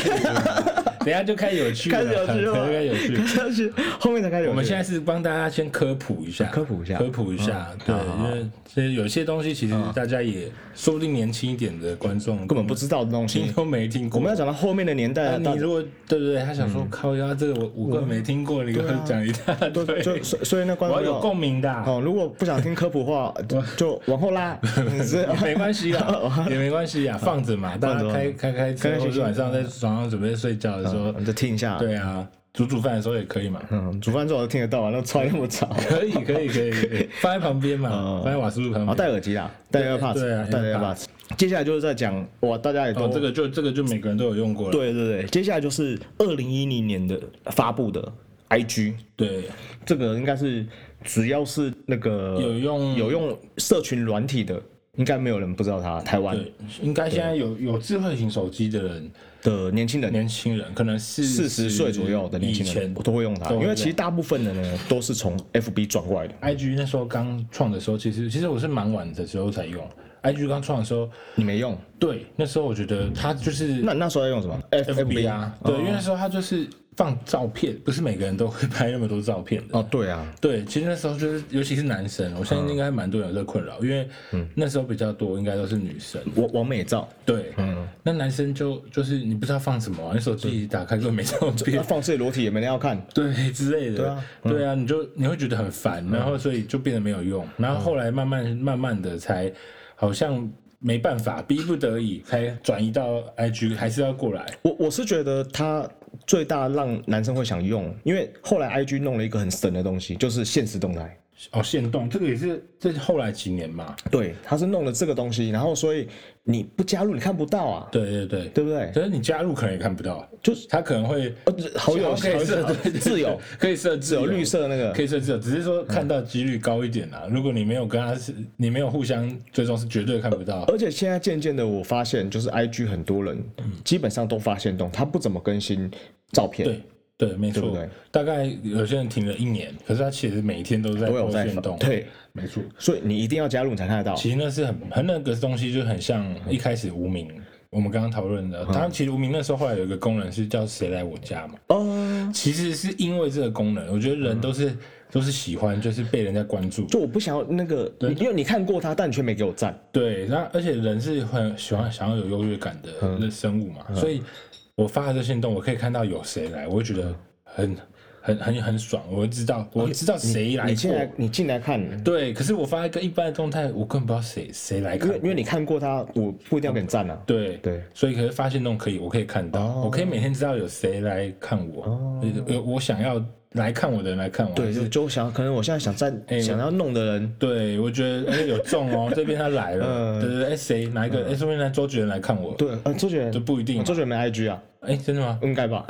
[SPEAKER 2] 等一下就开始有趣了，
[SPEAKER 1] 开始有趣了吗
[SPEAKER 2] 开始有趣。
[SPEAKER 1] 但是后面才开始有趣。
[SPEAKER 2] 我们现在是帮大家先科普一下，
[SPEAKER 1] 科普一下啊
[SPEAKER 2] 科普一下。对，因为其实有些东西，其实大家也说不定年轻一点的观众
[SPEAKER 1] 根本不知道的东
[SPEAKER 2] 听
[SPEAKER 1] 西，
[SPEAKER 2] 都没听过。
[SPEAKER 1] 我们要讲到后面的年代，啊
[SPEAKER 2] 那
[SPEAKER 1] 大嗯
[SPEAKER 2] 你如果对对对，他想说靠腰这个我我根本没听过，你给
[SPEAKER 1] 啊
[SPEAKER 2] 我讲一大堆，
[SPEAKER 1] 就所所以那
[SPEAKER 2] 我
[SPEAKER 1] 观
[SPEAKER 2] 要
[SPEAKER 1] 众
[SPEAKER 2] 有共鸣啊的啊，
[SPEAKER 1] 哦，如果不想听科普的 话，就往后拉。你是
[SPEAKER 2] 没关系 啊，也没关系啊，放着嘛，大家开开开车，或者晚上在床上准备睡觉的时候，
[SPEAKER 1] 你就听一下，
[SPEAKER 2] 对啊，煮煮饭的时候也可以嘛，
[SPEAKER 1] 嗯，煮饭之后我都听得到啊，那穿那么长，
[SPEAKER 2] 可以可以可以，可以 哦放在旁边嘛，放在瓦斯炉旁
[SPEAKER 1] 然后哦
[SPEAKER 2] 边。
[SPEAKER 1] 戴耳机啦，戴 AirPods，
[SPEAKER 2] 对啊
[SPEAKER 1] 戴 AirPods
[SPEAKER 2] AirPods。
[SPEAKER 1] 接下来就是在讲哇，大家也都
[SPEAKER 2] 哦，这个就这个就每个人都有用过了。
[SPEAKER 1] 对对对，接下来就是二零一零年的发布的 IG，
[SPEAKER 2] 对，呃
[SPEAKER 1] 这个应该是只要是那个
[SPEAKER 2] 有用
[SPEAKER 1] 有用社群软体的，应该没有人不知道它。台湾
[SPEAKER 2] 对，应该现在有有智慧型手机的人，
[SPEAKER 1] 的年轻人。
[SPEAKER 2] 年轻人可能是
[SPEAKER 1] 四十岁左右的年轻
[SPEAKER 2] 以
[SPEAKER 1] 人
[SPEAKER 2] 前
[SPEAKER 1] 都会用它，
[SPEAKER 2] 都会
[SPEAKER 1] 因为
[SPEAKER 2] 用
[SPEAKER 1] 其实大部分的呢都是从 FB 转过来的。
[SPEAKER 2] IG 那时候刚创的时候，其实其实我是蛮晚的时候才用。IG 刚创的时候，
[SPEAKER 1] 你没用，
[SPEAKER 2] 对，那时候我觉得它就是
[SPEAKER 1] 嗯那你那时候要用什么
[SPEAKER 2] FB
[SPEAKER 1] ？FB
[SPEAKER 2] 啊，对，
[SPEAKER 1] 哦
[SPEAKER 2] 因为那时候它就是放照片，不是每个人都会拍那么多照片的。
[SPEAKER 1] 哦，嗯对啊，
[SPEAKER 2] 对，其实那时候就是，尤其是男生，我相信应该蛮多人有这个困扰，因为
[SPEAKER 1] 嗯
[SPEAKER 2] 那时候比较多，应该都是女生。
[SPEAKER 1] 我完美照，
[SPEAKER 2] 对，
[SPEAKER 1] 嗯
[SPEAKER 2] 那男生就就是你不知道放什么啊、你手机一打开根本没照
[SPEAKER 1] 那
[SPEAKER 2] 片，
[SPEAKER 1] 放自己裸体也没人要看。
[SPEAKER 2] 对之类的，
[SPEAKER 1] 啊对啊，嗯
[SPEAKER 2] 对啊，你就你会觉得很烦，然后所以就变得没有用，然后后来慢慢慢慢的才好像没办法，逼不得已才转移到 IG，还是要过来，
[SPEAKER 1] 我我是觉得它最大让男生会想用，因为后来 IG 弄了一个很神的东西，就是现实动态。
[SPEAKER 2] 哦，限动这个也是这是后来几年嘛，
[SPEAKER 1] 对，它是弄了这个东西，然后所以你不加入你看不到啊，
[SPEAKER 2] 对对对，
[SPEAKER 1] 对不对？
[SPEAKER 2] 可是你加入可能也看不到，
[SPEAKER 1] 就是
[SPEAKER 2] 他可能会
[SPEAKER 1] 呃好友
[SPEAKER 2] 可以
[SPEAKER 1] 好
[SPEAKER 2] 设
[SPEAKER 1] 友
[SPEAKER 2] 对对对
[SPEAKER 1] 自由
[SPEAKER 2] 可以设自
[SPEAKER 1] 只有绿色那
[SPEAKER 2] 可
[SPEAKER 1] 个，
[SPEAKER 2] 以设置的，只是说看到几率高一点啦、如果你没有跟他是，你没有互相追踪，是绝对看不到。
[SPEAKER 1] 而且现在渐渐的我发现，就是 IG 很多人基本上都发现动，他不怎么更新照片，
[SPEAKER 2] 对对，没
[SPEAKER 1] 对
[SPEAKER 2] 错
[SPEAKER 1] 不对。
[SPEAKER 2] 大概有些人停了一年，可是他其实每天都在
[SPEAKER 1] 都有在
[SPEAKER 2] 变
[SPEAKER 1] 发
[SPEAKER 2] 动。，
[SPEAKER 1] 对，
[SPEAKER 2] 没错。
[SPEAKER 1] 所以你一定要加入你才看得到。
[SPEAKER 2] 其实那是很很那个东西，就很像一开始无名，我们刚刚讨论的。它其实无名那时候后来有一个功能是叫“谁来我家”嘛，
[SPEAKER 1] 哦，
[SPEAKER 2] 其实是因为这个功能，我觉得人
[SPEAKER 1] 嗯
[SPEAKER 2] 都是都是喜欢，就是被人家关注。
[SPEAKER 1] 就我不想要那个，你因为你看过他，但你却没给我赞。
[SPEAKER 2] 对，那而且人是很喜欢想要有优越感
[SPEAKER 1] 嗯
[SPEAKER 2] 的生物嘛，所以我发了这行动，我可以看到有谁来，我会觉
[SPEAKER 1] 嗯
[SPEAKER 2] 得很很很很爽，我会知道我知道谁来
[SPEAKER 1] 你进
[SPEAKER 2] 过。
[SPEAKER 1] 来，你进来看，因
[SPEAKER 2] 对，可是我发一个一般的动态，我根本不知道谁谁来看
[SPEAKER 1] 为。因为你看过他，我不一定要给你赞啊。
[SPEAKER 2] 对
[SPEAKER 1] 对，哦
[SPEAKER 2] 所以可是发现动可以，我可以看到，我可以每天知道有谁来看我，有有我想要来看我的人来看我。还
[SPEAKER 1] 对，
[SPEAKER 2] 是
[SPEAKER 1] 就就想可能我现在想赞，
[SPEAKER 2] 哎
[SPEAKER 1] 想要弄的人，
[SPEAKER 2] 对，我觉得哎、有中哦， 这边他来了，对对对，哎、谁哪一个哎、说不定来周杰伦来看我，
[SPEAKER 1] 嗯对，呃，周杰伦
[SPEAKER 2] 这不一定嘛
[SPEAKER 1] 周杰伦没 IG 啊，
[SPEAKER 2] 哎，真 的吗？
[SPEAKER 1] 应该 吧？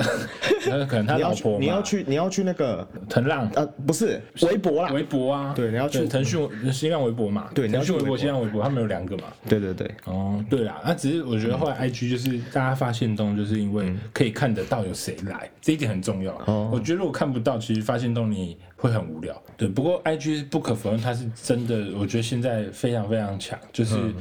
[SPEAKER 2] 那可能他
[SPEAKER 1] 你要
[SPEAKER 2] 老
[SPEAKER 1] 去
[SPEAKER 2] 婆
[SPEAKER 1] 你要
[SPEAKER 2] 嘛
[SPEAKER 1] 去你要去那个
[SPEAKER 2] 腾浪。
[SPEAKER 1] 呃不是微博啦，
[SPEAKER 2] 微博啊，
[SPEAKER 1] 对你要去
[SPEAKER 2] 腾讯呃新浪微博嘛，
[SPEAKER 1] 对你要
[SPEAKER 2] 腾
[SPEAKER 1] 去
[SPEAKER 2] 讯微
[SPEAKER 1] 微博
[SPEAKER 2] 博、新浪微博，他们有两个嘛，
[SPEAKER 1] 对对对，
[SPEAKER 2] 哦，对啦，那只是我觉得
[SPEAKER 1] 嗯
[SPEAKER 2] 后来 IG 就是大家发现动，就是因为可以看得到有谁来，这一点很重要。
[SPEAKER 1] 哦
[SPEAKER 2] 我觉得如果看不到，其实发现动你会很无聊。对，不过 IG 不可否认，它是真的，我觉得现在非常非常强，就是
[SPEAKER 1] 嗯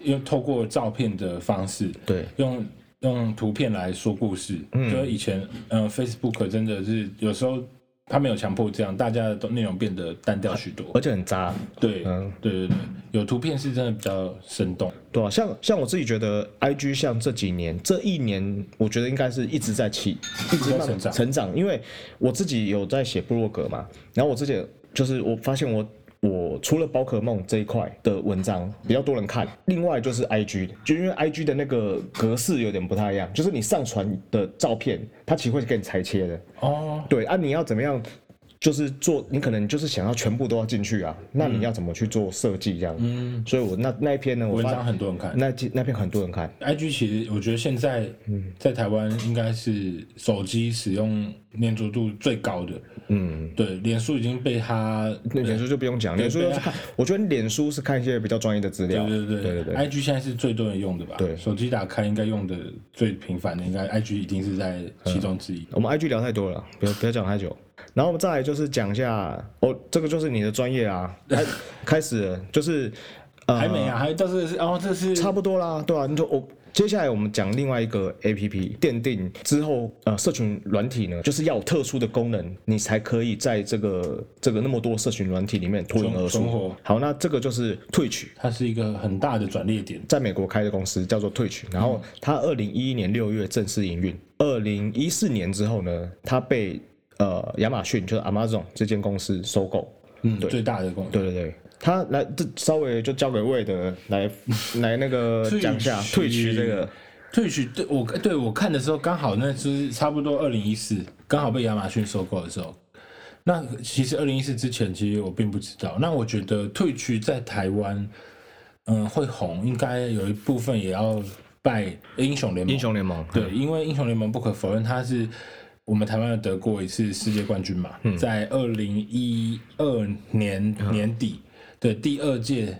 [SPEAKER 2] 用透过照片的方式，
[SPEAKER 1] 对
[SPEAKER 2] 用。用图片来说故事，就是以前，嗯、f a c e b o o k 真的是有时候他没有强迫这样，大家的内容变得淡掉许多。
[SPEAKER 1] 而且很渣，
[SPEAKER 2] 对，
[SPEAKER 1] 嗯
[SPEAKER 2] 对对对，有图片是真的比较生动。
[SPEAKER 1] 对啊，像像我自己觉得，IG 像这几年这一年，我觉得应该是一直在起，一直慢慢
[SPEAKER 2] 成长
[SPEAKER 1] 成长。因为我自己有在写部落格嘛，然后我之前就是我发现我我除了宝可梦这一块的文章比较多人看，另外就是 IG，就因为 IG 的那个格式有点不太一样，就是你上传的照片，它其实会给你裁切的。
[SPEAKER 2] 哦，
[SPEAKER 1] 对啊，你要怎么样？就是做，你可能就是想要全部都要进去啊，那
[SPEAKER 2] 嗯
[SPEAKER 1] 你要怎么去做设计这样？嗯，所以我那那一篇呢，我
[SPEAKER 2] 文
[SPEAKER 1] 发
[SPEAKER 2] 章很多人看。
[SPEAKER 1] 那那篇很多人看，
[SPEAKER 2] IG 其实我觉得现在
[SPEAKER 1] 嗯
[SPEAKER 2] 在台湾应该是手机使用粘着度最高的，
[SPEAKER 1] 嗯，
[SPEAKER 2] 对，脸书已经被它，
[SPEAKER 1] 那脸书就不用讲，脸书就是看，我觉得脸书是看一些比较专业的资料，
[SPEAKER 2] 啊对对
[SPEAKER 1] 对
[SPEAKER 2] 对
[SPEAKER 1] 对对
[SPEAKER 2] i g 现在是最多人用的吧？
[SPEAKER 1] 对
[SPEAKER 2] 手机打开应该用的最频繁的，应该 IG 一定是在其中之一。
[SPEAKER 1] 我们 IG 聊太多了，不要不要讲太久。然后我们再来就是讲一下，哦，这个就是你的专业 啊，开开始了就是呃
[SPEAKER 2] 还没啊，还到这个是哦，这是
[SPEAKER 1] 差不多啦，对啊，你就我接下来我们讲另外一个 A P P，奠定之后呃社群软体呢，就是要有特殊的功能，你才可以在这个这个那么多社群软体里面脱颖而
[SPEAKER 2] 存活
[SPEAKER 1] 出。好，那这个就是 Twitch。
[SPEAKER 2] 它是一个很大的转捩点。
[SPEAKER 1] 在美国开的公司叫做 Twitch，然后它二零一一年六月正式营运，二零一四年之后呢，它被呃亚马逊就是 Amazon 这间公司收购。
[SPEAKER 2] 嗯，最大的功能。
[SPEAKER 1] 对对对，它来这稍微就交给魏德 来来那个讲一下 Twitch 这个，
[SPEAKER 2] 退取对我对我看的时候，刚好那就是差不多二零一四，刚好被亚马逊收购的时候。那其实二零一四之前，其实我并不知道。那我觉得退取在台湾，嗯，会红，应该有一部分也要拜英雄联盟。
[SPEAKER 1] 联盟
[SPEAKER 2] 对，因为英雄联盟不可否认，它是我们台湾得过一次世界冠军嘛，在二零一二年年底的第二届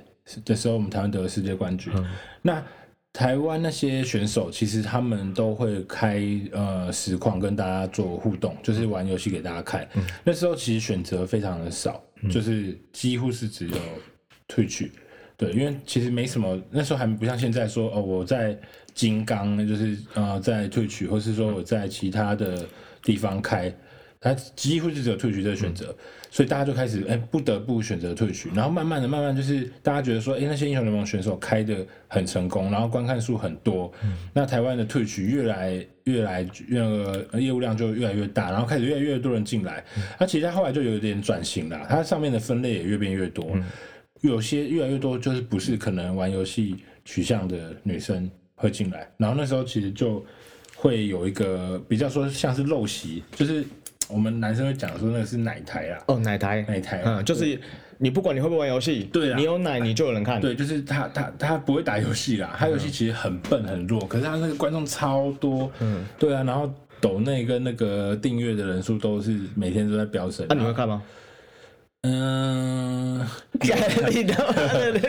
[SPEAKER 2] 的时候，我们台湾得了世界冠军。那台湾那些选手，其实他们都会开呃实况跟大家做互动，就是玩游戏给大家看。那时候其实选择非常的少，就是几乎是只有退去。对，因为其实没什么，那时候还不像现在说哦，我在金刚，那就是呃，在退取，或是说我在其他的地方开，它几乎是只有退取这个选择，所以大家就开始哎、不得不选择退取，然后慢慢的、慢慢就是大家觉得说，哎、那些英雄联盟选手开的很成功，然后观看数很多，那台湾的退取越来越来越那个呃业务量就越来越大，然后开始越来越多人进来，那、其实它后来就有点转型啦，它上面的分类也越变越多。有些越来越多就是不是可能玩游戏取向的女生会进来，然后那时候其实就会有一个比较说像是陋习，就是我们男生会讲说那个是奶台啦，
[SPEAKER 1] 哦奶台，
[SPEAKER 2] 奶台
[SPEAKER 1] 嗯，就是你不管你会不会玩游戏，
[SPEAKER 2] 对啊
[SPEAKER 1] 你有奶你就有人看，
[SPEAKER 2] 对，就是他他他不会打游戏啦，他游
[SPEAKER 1] 嗯
[SPEAKER 2] 戏其实很笨很弱，可是他那个观众超多，嗯，对啊，然后抖内跟那个订阅的人数都是每天都在飙升，
[SPEAKER 1] 啊那你会看 吗？
[SPEAKER 2] 嗯。
[SPEAKER 1] 你他妈的，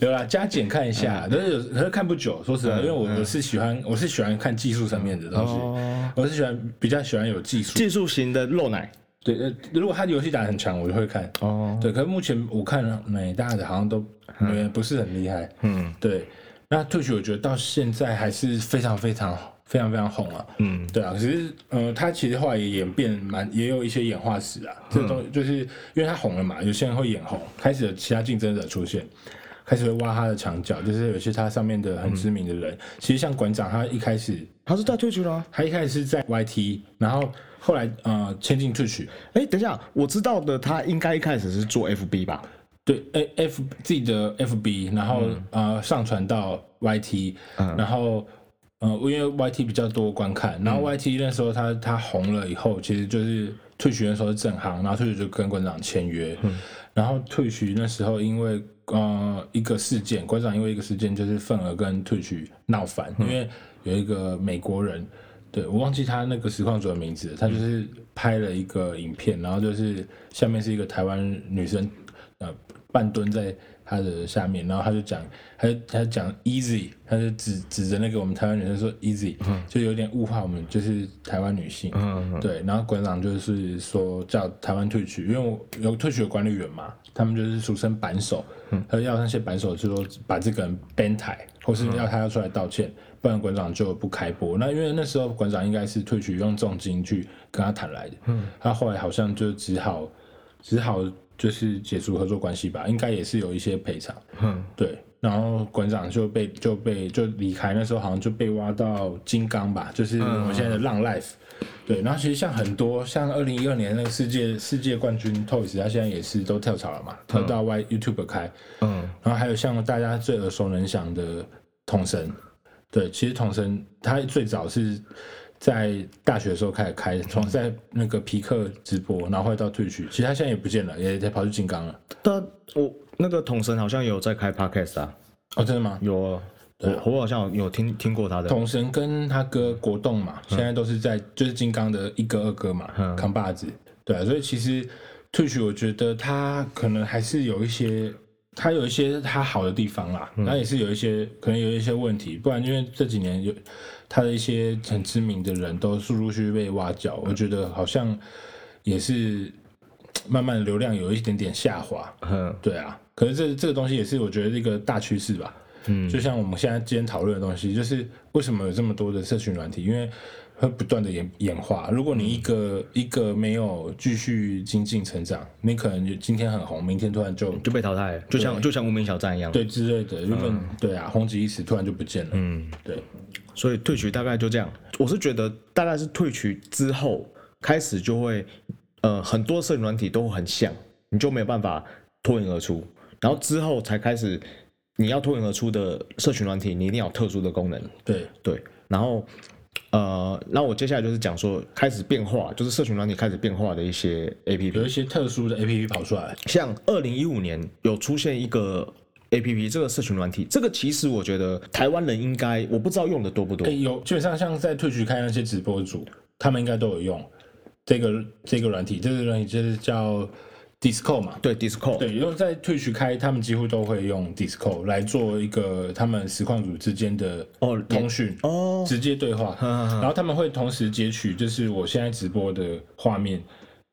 [SPEAKER 2] 有啦，加减看一下，但是有可是看不久，说实话，因为我我是喜欢我是喜欢看技术上面的东西，
[SPEAKER 1] 哦
[SPEAKER 2] 我是喜欢比较喜欢有技 术。
[SPEAKER 1] 技术型的露奶
[SPEAKER 2] 对，呃，如果他游戏打得很强，我就会看。
[SPEAKER 1] 哦，
[SPEAKER 2] 对，可是目前我看美大的好像都没不是很厉害。
[SPEAKER 1] 嗯
[SPEAKER 2] 对，那退学我觉得到现在还是非常非常非常非常红啊。
[SPEAKER 1] 嗯，
[SPEAKER 2] 对啊，可是呃，它其实后来也演变蛮，也有一些演化史啊。这个东西就是因为它红了嘛，有些人会眼红，开始有其他竞争者出现，开始会挖他的墙角，就是有些他上面的很知名的人。其实像馆长，他一开始
[SPEAKER 1] 他是在 Twitch 吗？
[SPEAKER 2] 他一开始是在 YT，然后后来呃签进 Twitch，
[SPEAKER 1] 哎，等一下，我知道的，他应该一开始是做 FB 吧？
[SPEAKER 2] 对，A F 自己的 F B，然后、呃上传到 Y T，、然后呃因为 Y T 比较多观看，然后 Y T 那时候他他红了以后，其实就是退学的时候是正行，然后退学就跟馆长签约，然后退学那时候因为呃一个事件，馆长因为一个事件就是份额跟退学闹翻，因为有一个美国人对我忘记他那个实况组的名字了，他就是拍了一个影片，然后就是下面是一个台湾女生，呃，半蹲在他的下面，然后他就讲，他就他就讲 easy，他就指指着那个我们台湾女生说 easy，就有点物化我们就是台湾女性，对，然后馆长就是说叫台湾退取，因为我有退取的管理员嘛，他们就是俗称板手，他就要那些板手就说把这个人 ban 台，或是要他要出来道歉。不然馆长就不开播。那因为那时候馆长应该是退取用重金去跟他谈来的，嗯，他后来好像就只好只好就是解除合作关系吧，应该也是有一些赔偿，嗯，对。然后馆长就被就被就离开，那时候好像就被挖到金刚吧，就是我们现在的浪 life，、对。然后其实像很多像二零一二年那个世界世界冠军 Toys，他现在也是都跳槽了嘛，跳到 Y YouTube 开，
[SPEAKER 1] 嗯，
[SPEAKER 2] 然后还有像大家最耳熟能详的统神，对，其实统神他最早是在大学的时候开始开，从在那个皮克直播，然后后来到退去，其实他现在也不见了，也也跑去金刚了。
[SPEAKER 1] 但啊我那个统神好像有在开 podcast 啊，
[SPEAKER 2] 哦，真的吗？
[SPEAKER 1] 有啊，我我好像有听听过他的，
[SPEAKER 2] 统神跟他哥国栋嘛，现在都是在就是金刚的一哥二哥嘛，扛把子。对、啊，所以其实退去，我觉得他可能还是有一些。他有一些他好的地方啦，那、也是有一些可能有一些问题，不然因为这几年有他的一些很知名的人都陆陆续续被挖角，我觉得好像也是慢慢流量有一点点下滑。
[SPEAKER 1] 嗯，
[SPEAKER 2] 对啊，可是这这个东西也是我觉得一个大趋势吧。嗯，就像我们现在今天讨论的东西，就是为什么有这么多的社群软体，因为会不断的演演化。如果你一个、一个没有继续精进成长，你可能就今天很红，明天突然就
[SPEAKER 1] 就被淘汰了，就像就像无名小站一样。，
[SPEAKER 2] 对之类的，如果你对啊，红极一时突然就不见了。嗯，对，
[SPEAKER 1] 所以退取大概就这样。我是觉得大概是退取之后开始就会，呃，很多社群软体都很像，你就没有办法脱颖而出。然后之后才开始，你要脱颖而出的社群软体，你一定要有特殊的功能。
[SPEAKER 2] 对，
[SPEAKER 1] 对，然后呃，那我接下来就是讲说开始变化，就是社群软体开始变化的一些 A P
[SPEAKER 2] 有
[SPEAKER 1] P，
[SPEAKER 2] 一些特殊的 A P P 跑出来，
[SPEAKER 1] 像二零一五年有出现一个 A P P，这个社群软体，这个其实我觉得台湾人应该我不知道用的多不多
[SPEAKER 2] 哎、，有基本上像在退去看那些直播主，他们应该都有用这个这个软体，这个软体就是叫 Discord 嘛。
[SPEAKER 1] 对 Discord，
[SPEAKER 2] 对，因为在退去开，他们几乎都会用 Discord 来做一个他们实况组之间的
[SPEAKER 1] 哦
[SPEAKER 2] 通讯
[SPEAKER 1] 哦
[SPEAKER 2] 直接对话，然后他们会同时截取，就是我现在直播的画面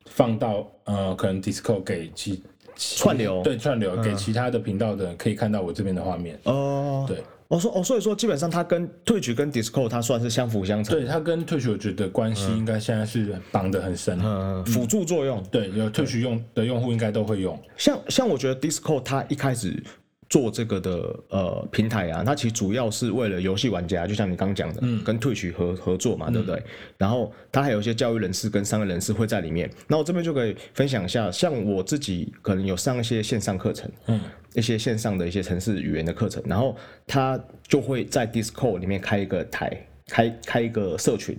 [SPEAKER 2] 放到呃，可能 Discord 给其其
[SPEAKER 1] 串流嗯
[SPEAKER 2] 对串流给其他的频道的人可以看到我这边的画面，
[SPEAKER 1] 哦，
[SPEAKER 2] 对。
[SPEAKER 1] 我说哦，所以说基本上它跟 Twitch 跟 Discord 它算是相辅相成，
[SPEAKER 2] 对它跟退学我觉得关系应该现在是绑得很深。
[SPEAKER 1] 嗯，辅助作用。
[SPEAKER 2] 对，有退学用的用户应该都会用。
[SPEAKER 1] 像像我觉得 Discord 它一开始做这个的呃平台啊，它其实主要是为了游戏玩家，就像你刚讲的，跟 Twitch 合合作嘛，对不对？然后它还有一些教育人士跟商业人士会在里面。那我这边就可以分享一下，像我自己可能有上一些线上课程，
[SPEAKER 2] 嗯，
[SPEAKER 1] 一些线上的一些城市语言的课程，然后它就会在 Discord 里面开一个台，开开一个社群。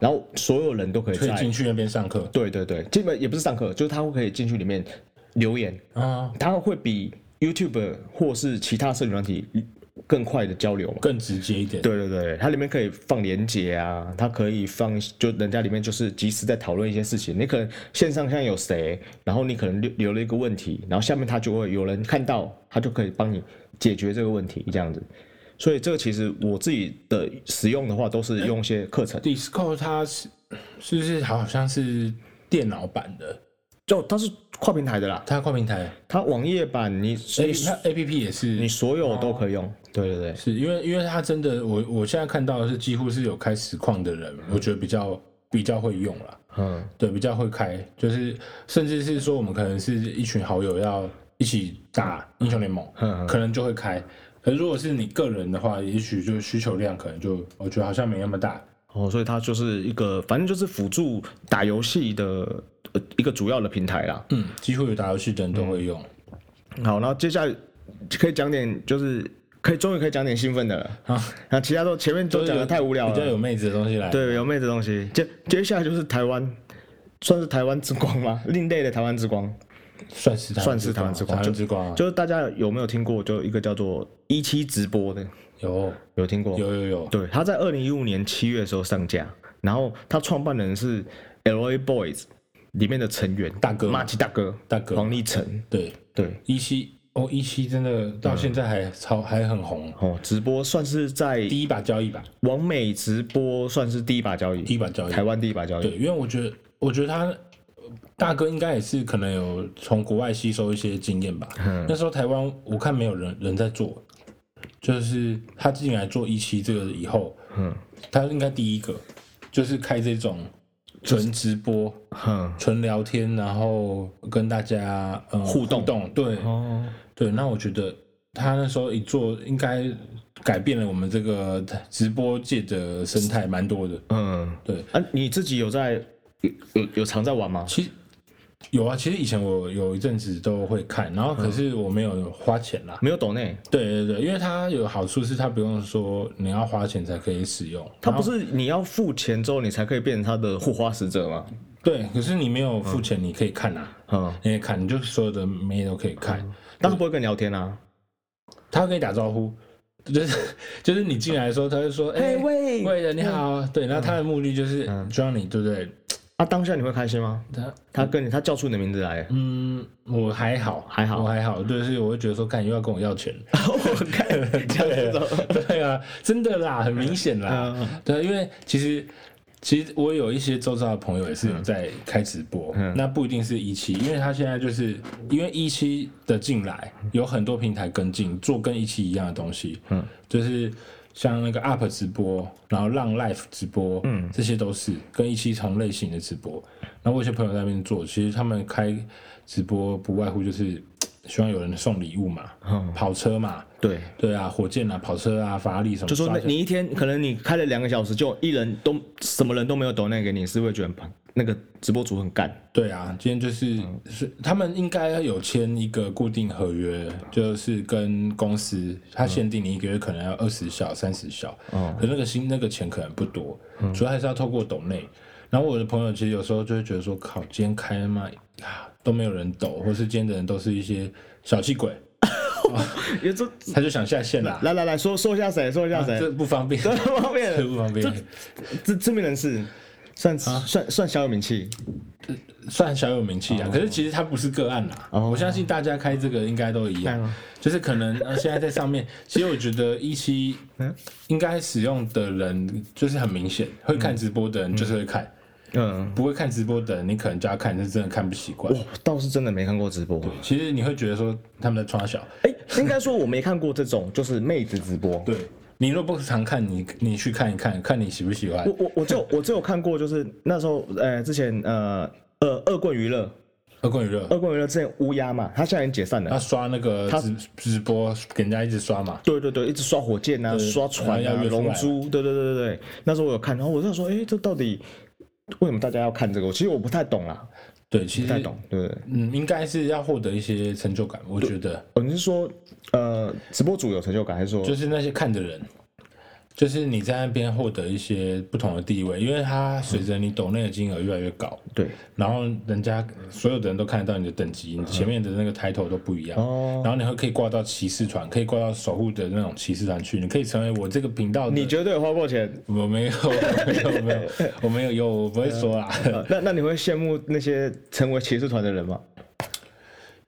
[SPEAKER 1] 然后所有人都可以
[SPEAKER 2] 可以
[SPEAKER 1] 在，
[SPEAKER 2] 进去那边上课
[SPEAKER 1] 对对对，基本也不是上课，就是他会可以进去里面留言，
[SPEAKER 2] 啊，
[SPEAKER 1] 它会比 YouTube 或是其他社群软体更快的交流嘛？
[SPEAKER 2] 更直接一点。
[SPEAKER 1] 对对对，它里面可以放连接啊，它可以放，就人家里面就是及时在讨论一些事情。你可能线上像有谁，然后你可能留留了一个问题，然后下面他就会有人看到，他就可以帮你解决这个问题，这样子。所以这个其实我自己的使用的话，都是用一些课程，
[SPEAKER 2] Discord 它是是不是好像是电脑版的？
[SPEAKER 1] 就它是跨平台的啦，
[SPEAKER 2] 它跨平台，
[SPEAKER 1] 它网页版你
[SPEAKER 2] 所
[SPEAKER 1] 你
[SPEAKER 2] 以它 A P P 也
[SPEAKER 1] 你
[SPEAKER 2] 是。
[SPEAKER 1] 所有都可以用，对对对。
[SPEAKER 2] 是因为因为它真的，我我现在看到的是几乎是有开实况的人，我觉得比较比较会用啦。
[SPEAKER 1] 嗯，
[SPEAKER 2] 对，比较会开，就是甚至是说我们可能是一群好友要一起打英雄联盟，
[SPEAKER 1] 嗯
[SPEAKER 2] 可能就会开。可是如果是你个人的话，也许就需求量可能就我觉得好像没那么大。
[SPEAKER 1] 哦，所以它就是一个，反正就是辅助打游戏的、呃一个主要的平台啦。
[SPEAKER 2] 嗯，几乎有打游戏的人都
[SPEAKER 1] 嗯
[SPEAKER 2] 会用。
[SPEAKER 1] 好，然后接下来可以讲点，就是可以终于可以讲点兴奋的了。好，那其他都前面都讲的太无聊
[SPEAKER 2] 比较
[SPEAKER 1] 了。
[SPEAKER 2] 啊有妹子的东西来。
[SPEAKER 1] 对，有妹这东西。接接下来就是台湾，算是台湾之光吗？另类的台湾之光，
[SPEAKER 2] 算是
[SPEAKER 1] 算是台湾之光
[SPEAKER 2] 台湾之光啊
[SPEAKER 1] 就是大家有没有听过？就一个叫做一期直播的，
[SPEAKER 2] 有
[SPEAKER 1] 有听过？
[SPEAKER 2] 有有有，
[SPEAKER 1] 对，它在二零一五年七月的时候上架，然后他创办人是 LA Boys 里面的成员
[SPEAKER 2] 大哥
[SPEAKER 1] 马吉大哥
[SPEAKER 2] 大哥
[SPEAKER 1] 黄立成，
[SPEAKER 2] 对，
[SPEAKER 1] 对
[SPEAKER 2] 一期哦，一期真的到现在还超还很红，
[SPEAKER 1] 哦，直播算是在
[SPEAKER 2] 第一把交易吧，
[SPEAKER 1] 王美直播算是第一把交
[SPEAKER 2] 第一
[SPEAKER 1] 易，
[SPEAKER 2] 把交易，
[SPEAKER 1] 台湾第一把交易
[SPEAKER 2] 对，，因为我觉得，我觉得他呃大哥应该也是可能有从国外吸收一些经验吧。那时候台湾我看没有人人在做，就是他进来做一期这个以后，
[SPEAKER 1] 嗯
[SPEAKER 2] 他应该第一个就是开这种纯直播、
[SPEAKER 1] 哼，
[SPEAKER 2] 纯聊天，然后跟大家呃
[SPEAKER 1] 互动
[SPEAKER 2] 对
[SPEAKER 1] 哦，
[SPEAKER 2] 对。那我觉得他那时候一做，应该改变了我们这个直播界的生态蛮多的。
[SPEAKER 1] 嗯，
[SPEAKER 2] 对，
[SPEAKER 1] 啊，你自己有在有有有常在玩吗？
[SPEAKER 2] 其实有啊，其实以前我有一阵子都会看，然后
[SPEAKER 1] 嗯
[SPEAKER 2] 可是我没有花钱啦。
[SPEAKER 1] 没有抖内，
[SPEAKER 2] 对对对，因为它有好处是它不用说你要花钱才可以使用，
[SPEAKER 1] 他
[SPEAKER 2] 然
[SPEAKER 1] 不
[SPEAKER 2] 后
[SPEAKER 1] 是你要付钱之后你才可以变成他的护花使者吗？
[SPEAKER 2] 对，可是你没有付钱你可以看啊，
[SPEAKER 1] 嗯，
[SPEAKER 2] 你可以看，你就所有的妹都可以看，
[SPEAKER 1] 但他不会跟你聊天啊。
[SPEAKER 2] 他可以打招呼。就是就是你进来的时候，他就说：“
[SPEAKER 1] 哎
[SPEAKER 2] 哎、
[SPEAKER 1] 喂嗯
[SPEAKER 2] 喂人你好。”对，然后他的目的就是就让你对不对？
[SPEAKER 1] 啊，当下你会开心吗？
[SPEAKER 2] 他
[SPEAKER 1] 他跟你他叫出你的名字来，
[SPEAKER 2] 嗯，我还好，
[SPEAKER 1] 还好
[SPEAKER 2] 我还好，就是我会觉得说，看又要跟我要钱，
[SPEAKER 1] 我看这样子哦
[SPEAKER 2] 对对啊，真的啦，很明显
[SPEAKER 1] 嗯
[SPEAKER 2] 啦。对，因为其实其实我有一些周遭的朋友也是有在开直播，
[SPEAKER 1] 嗯
[SPEAKER 2] 那不一定是一期，因为他现在就是因为一期的进来，有很多平台跟进做跟一期一样的东西，嗯，就是。像那个 UP 直播，然后浪 Life 直播，嗯，这些都是跟一期同类型的直播。然后我有些朋友在那边做，其实他们开直播不外乎就是希望有人送礼物嘛，
[SPEAKER 1] 嗯
[SPEAKER 2] 跑车嘛，
[SPEAKER 1] 对，
[SPEAKER 2] 对啊，火箭啊，跑车啊，法拉利什么，
[SPEAKER 1] 就说那
[SPEAKER 2] 刷起来
[SPEAKER 1] 你一天可能你开了两个小时，就一人都什么人都没有抖内给你，是会觉得很那个直播主很干。
[SPEAKER 2] 对啊，今天就是、
[SPEAKER 1] 嗯
[SPEAKER 2] 是他们应该有签一个固定合约，就是跟公司，他限定你一个月可能要二十小、三十小，
[SPEAKER 1] 哦
[SPEAKER 2] 可那个薪那个钱可能不多，
[SPEAKER 1] 嗯
[SPEAKER 2] 主要还是要透过抖内。然后我的朋友其实有时候就会觉得说，靠，今天开嘛、啊、都没有人抖，或是今天的人都是一些小气鬼，
[SPEAKER 1] 因为这
[SPEAKER 2] 他就想下线啦，
[SPEAKER 1] 来来来说说一下谁，说一下谁，
[SPEAKER 2] 这不方便，
[SPEAKER 1] 啊这 方
[SPEAKER 2] 这
[SPEAKER 1] 面
[SPEAKER 2] 不方便。
[SPEAKER 1] 这知名人士算算算小有名气，
[SPEAKER 2] 算小有名气啊，可是其实它不是个案啦。
[SPEAKER 1] 哦啊
[SPEAKER 2] 我相信大家开这个应该都一
[SPEAKER 1] 当
[SPEAKER 2] 样
[SPEAKER 1] 然，
[SPEAKER 2] 就是可能呃现在在上面，其实我觉得一期
[SPEAKER 1] 嗯
[SPEAKER 2] 应该使用的人就是很明显，会看直播的人就是会看，
[SPEAKER 1] 嗯，
[SPEAKER 2] 不会看直播的人你可能就要看，是真的看不习惯
[SPEAKER 1] 我。倒是真的没看过直播。
[SPEAKER 2] 其实你会觉得说他们在穿小，
[SPEAKER 1] 哎、应该说我没看过这种就是妹子直播。
[SPEAKER 2] 对你若不常看，你你去看一看，看你喜不喜欢
[SPEAKER 1] 我。我我 就我只有看过，就是那时候呃之前呃呃恶棍娱乐，
[SPEAKER 2] 二棍娱乐，
[SPEAKER 1] 恶棍娱乐之前乌鸦嘛，他现在已经解散了。
[SPEAKER 2] 他刷那个直直播，给人家一直刷嘛。
[SPEAKER 1] 对对对，一直刷火箭啊，
[SPEAKER 2] 对
[SPEAKER 1] 刷船
[SPEAKER 2] 然后
[SPEAKER 1] 啊，
[SPEAKER 2] 要约出来
[SPEAKER 1] 龙珠，对对对对对。那时候我有看，然后我就想说，哎，这到底为什么大家要看这个？其实我不太懂啦，
[SPEAKER 2] 对，其
[SPEAKER 1] 不太
[SPEAKER 2] 实
[SPEAKER 1] 懂，对不对？
[SPEAKER 2] 嗯，应该是要获得一些成就感，我觉得。
[SPEAKER 1] 哦，你是说呃，直播主有成就感，还是说
[SPEAKER 2] 就是那些看的人，就是你在那边获得一些不同的地位，因为它随着你抖内的金额越来越高，
[SPEAKER 1] 对
[SPEAKER 2] 然后人家所有的人都看得到你的等级，你前面的那个 title 都不一样，
[SPEAKER 1] 哦
[SPEAKER 2] 然后你会可以挂到骑士团，可以挂到守护的那种骑士团去，你可以成为我这个频道的。
[SPEAKER 1] 你绝对有花过钱？
[SPEAKER 2] 我没有，我没有，我没有， 我没有，有我不会说啦。
[SPEAKER 1] 呃那那你会羡慕那些成为骑士团的人吗？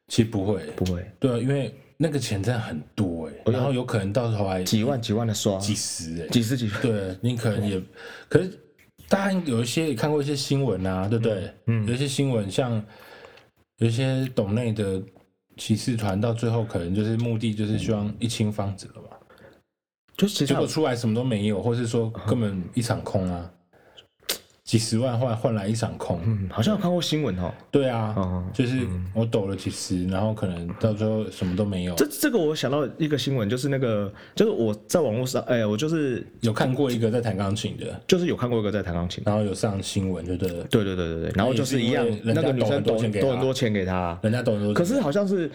[SPEAKER 2] 其实不会，
[SPEAKER 1] 不会，
[SPEAKER 2] 对啊，因为那个钱真的很多哎、
[SPEAKER 1] 哦
[SPEAKER 2] 然后有可能到头来
[SPEAKER 1] 几万几万的刷，
[SPEAKER 2] 几十哎、
[SPEAKER 1] 几十几万，
[SPEAKER 2] 对你可能也，可是大家有一些也看过一些新闻啊，对不对？嗯，有一些新闻像有一些岛内的骑士团，到最后可能就是目的就是希望一清方子了
[SPEAKER 1] 嗯
[SPEAKER 2] 吧？
[SPEAKER 1] 就其实
[SPEAKER 2] 结果出来什么都没有，或是说
[SPEAKER 1] 嗯
[SPEAKER 2] 根本一场空啊，几十万换换来一场空。
[SPEAKER 1] 嗯，好像有看过新闻哦。
[SPEAKER 2] 对啊，
[SPEAKER 1] 哦
[SPEAKER 2] 就是我抖了几十，然后可能到最后什么都没有。
[SPEAKER 1] 这这个我想到一个新闻，就是那个，就是我在网络上，哎、我就是
[SPEAKER 2] 有看过一个在弹钢琴的，
[SPEAKER 1] 就是有看过一个在弹钢琴，
[SPEAKER 2] 然后有上新闻，对不对？
[SPEAKER 1] 对对对对对，然后就是一样
[SPEAKER 2] 也是因，为人家
[SPEAKER 1] 那个女生
[SPEAKER 2] 抖
[SPEAKER 1] 抖
[SPEAKER 2] 很多钱给
[SPEAKER 1] 抖
[SPEAKER 2] 她
[SPEAKER 1] 很多钱给他，
[SPEAKER 2] 人家懂很多，
[SPEAKER 1] 可是好像是，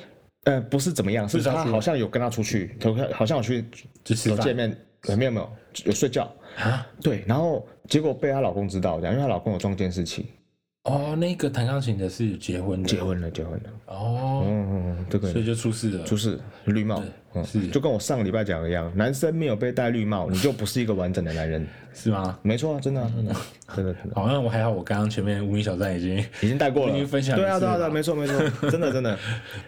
[SPEAKER 1] 呃，不是怎么样，是
[SPEAKER 2] 是要
[SPEAKER 1] 他
[SPEAKER 2] 去
[SPEAKER 1] 好像有跟他出去，好像好像有去
[SPEAKER 2] 就吃
[SPEAKER 1] 有
[SPEAKER 2] 饭
[SPEAKER 1] 见面，呃没有没有有睡觉，
[SPEAKER 2] 啊。
[SPEAKER 1] 对，然后结果被她老公知道，这样，因为她老公有撞监视器，
[SPEAKER 2] 哦，那个弹钢琴的是结婚的，
[SPEAKER 1] 结婚了结婚了，
[SPEAKER 2] 哦，
[SPEAKER 1] 嗯嗯嗯，这个
[SPEAKER 2] 所以就出事了。
[SPEAKER 1] 就是绿帽，嗯
[SPEAKER 2] 是
[SPEAKER 1] 就跟我上个礼拜讲的一样，男生没有被戴绿帽，你就不是一个完整的男人。
[SPEAKER 2] 是吗？
[SPEAKER 1] 没错啊，真的、啊，真的、啊，真的，真的，
[SPEAKER 2] 好像我还好，我刚刚前面无名小站已经
[SPEAKER 1] 已经带过了，
[SPEAKER 2] 已经分享一次
[SPEAKER 1] 对
[SPEAKER 2] 了
[SPEAKER 1] 啊，对啊，对啊，没错，没 错，真的，真的。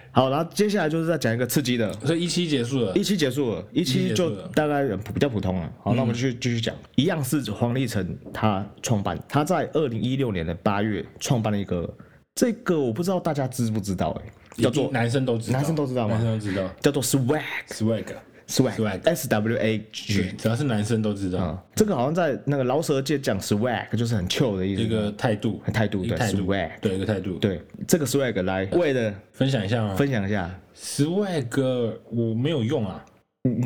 [SPEAKER 1] 好，然后接下来就是再讲一个刺激的，
[SPEAKER 2] 所以一期结束了
[SPEAKER 1] 一，期结束了，一期
[SPEAKER 2] 结束
[SPEAKER 1] 就
[SPEAKER 2] 了嗯
[SPEAKER 1] 大概比较普通了。好，那我们继续继续讲，一样是黄立成他创办，他在二零一六年的八月创办了一个，这个我不知道大家知不知道、欸，叫
[SPEAKER 2] 一
[SPEAKER 1] 做
[SPEAKER 2] 定男生都知道，
[SPEAKER 1] 男生都知道吗
[SPEAKER 2] 男生都知道
[SPEAKER 1] 叫做 swag 嗯
[SPEAKER 2] swag，
[SPEAKER 1] swag
[SPEAKER 2] Swag
[SPEAKER 1] S W A
[SPEAKER 2] 对
[SPEAKER 1] G
[SPEAKER 2] 只要是男生都知道
[SPEAKER 1] 啊，这个好像在那个饶舌界讲 swag 就是很 chill 的意思，
[SPEAKER 2] 一个态度，
[SPEAKER 1] 嗯态度
[SPEAKER 2] 一
[SPEAKER 1] 对
[SPEAKER 2] 个态度
[SPEAKER 1] swag
[SPEAKER 2] 对一个态度，
[SPEAKER 1] 对这个 swag 来为了
[SPEAKER 2] 分享一下吗
[SPEAKER 1] 分享一下，
[SPEAKER 2] ？swag 我没有用啊，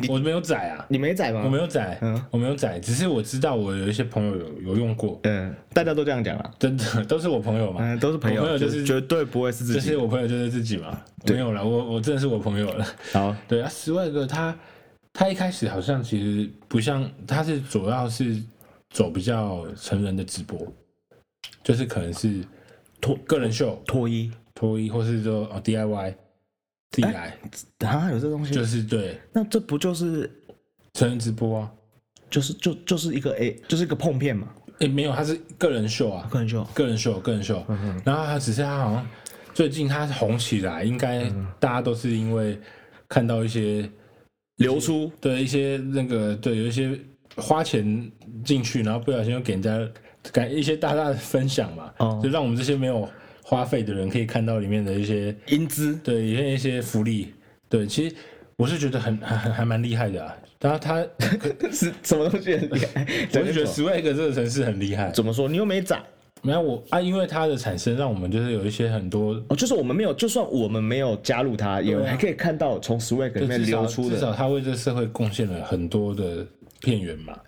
[SPEAKER 2] 我没有载啊，
[SPEAKER 1] 你嗯没载
[SPEAKER 2] 我
[SPEAKER 1] 吗
[SPEAKER 2] 没？有载，我没有载，只是我知道我有一些朋友有有用过，
[SPEAKER 1] 嗯，大家都这样讲了，
[SPEAKER 2] 真的都是我朋友嘛，
[SPEAKER 1] 嗯，都是朋
[SPEAKER 2] 我朋
[SPEAKER 1] 友，
[SPEAKER 2] 友就
[SPEAKER 1] 就是
[SPEAKER 2] 是
[SPEAKER 1] 绝对不会是自
[SPEAKER 2] 就
[SPEAKER 1] 己。
[SPEAKER 2] 是我朋友就是自己嘛，没有了，我我真的是我朋友了。
[SPEAKER 1] 好，
[SPEAKER 2] 对啊，Swag 他他一开始好像其实不像，他是主要是走比较成人的直播，就是可能是脱个人秀、
[SPEAKER 1] 脱衣
[SPEAKER 2] 脱衣，或是说哦 DIY 自己来，
[SPEAKER 1] 啊，有这东西
[SPEAKER 2] 就，是对
[SPEAKER 1] 那这不就是
[SPEAKER 2] 成人直播啊。
[SPEAKER 1] 就是就就是一个 A，就是一个碰片嘛，
[SPEAKER 2] 诶，没有，他是个人秀啊，
[SPEAKER 1] 个人秀。
[SPEAKER 2] 个人秀，个人
[SPEAKER 1] 嗯
[SPEAKER 2] 秀。然后他只是他好像最近他红起来，应该
[SPEAKER 1] 嗯
[SPEAKER 2] 大家都是因为看到一些
[SPEAKER 1] 流出
[SPEAKER 2] 对一些那个对有一些花钱进去，然后不小心又给人家感一些大大的分享嘛，
[SPEAKER 1] 哦
[SPEAKER 2] 就让我们这些没有花费的人可以看到里面的一些
[SPEAKER 1] 英姿，
[SPEAKER 2] 对一些一些福利。对，其实我是觉得很 还还还蛮厉害的啊。然后他，
[SPEAKER 1] 是什么 东西很厉害？
[SPEAKER 2] 我就觉得 Swag 这个城市很厉害。
[SPEAKER 1] 怎么说？你又没涨
[SPEAKER 2] 没有我啊，因为它的产生，让我们就是有一些很多
[SPEAKER 1] 哦，就是我们没有，就算我们没有加入它，也
[SPEAKER 2] 对啊
[SPEAKER 1] 还可以看到从 swag 里
[SPEAKER 2] 对
[SPEAKER 1] 面
[SPEAKER 2] 至少
[SPEAKER 1] 流出
[SPEAKER 2] 至
[SPEAKER 1] 的。
[SPEAKER 2] 少他为这社会贡献了很多的片源嘛，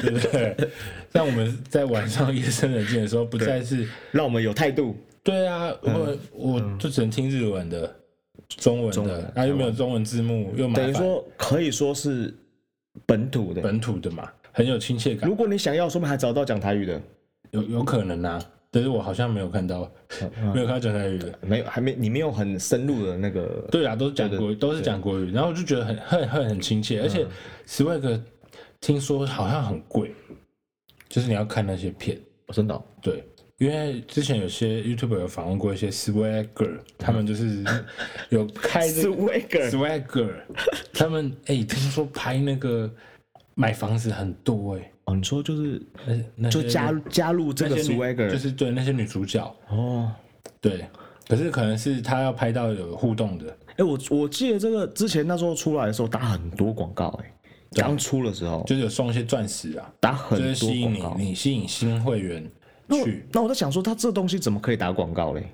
[SPEAKER 2] 对不对？ 让我们在晚上夜深人静的时候，不再是
[SPEAKER 1] 让我们有态度。
[SPEAKER 2] 对啊，我我就只能听日文的、中文
[SPEAKER 1] 中文
[SPEAKER 2] 的，然后又没有中文字幕，又麻
[SPEAKER 1] 等于
[SPEAKER 2] 烦
[SPEAKER 1] 说可以说是本土的。
[SPEAKER 2] 本土的嘛，很有亲切感，
[SPEAKER 1] 如果你想要，说不定还找得到讲台语的。
[SPEAKER 2] 有有可能啊。但是我好像没有看到，没有看到讲台语的。
[SPEAKER 1] 没有，还没，你没有很深入的那个。
[SPEAKER 2] 对啊，都是讲国语，都是讲国语，然后我就觉得很很很很亲切，而且 Swag 听说好像很贵，就是你要看那些片。
[SPEAKER 1] 我真的哦
[SPEAKER 2] 对，因为之前有些 YouTube 有访问过一些 Swagger，他们就是有开这个
[SPEAKER 1] swag，
[SPEAKER 2] Swagger，他们哎、听说拍那个买房子很多哎、
[SPEAKER 1] 哦，你说就是
[SPEAKER 2] 那那
[SPEAKER 1] 就
[SPEAKER 2] 些
[SPEAKER 1] 加入加入这
[SPEAKER 2] 那
[SPEAKER 1] 个
[SPEAKER 2] 些女就
[SPEAKER 1] swagger
[SPEAKER 2] 是对那些女主角，
[SPEAKER 1] 哦。
[SPEAKER 2] 对，可是可能是他要拍到有互动的，
[SPEAKER 1] 哎、我我记得这个之前那时候出来的时候打很多广告、欸，哎，刚出的时候
[SPEAKER 2] 啊就是有送一些钻石啊，
[SPEAKER 1] 打
[SPEAKER 2] 就
[SPEAKER 1] 很
[SPEAKER 2] 是
[SPEAKER 1] 多
[SPEAKER 2] 吸引
[SPEAKER 1] 广
[SPEAKER 2] 你
[SPEAKER 1] 告。
[SPEAKER 2] 你吸引新会员
[SPEAKER 1] 那我
[SPEAKER 2] 去，
[SPEAKER 1] 那我在想说，他这东西怎么可以打广告嘞？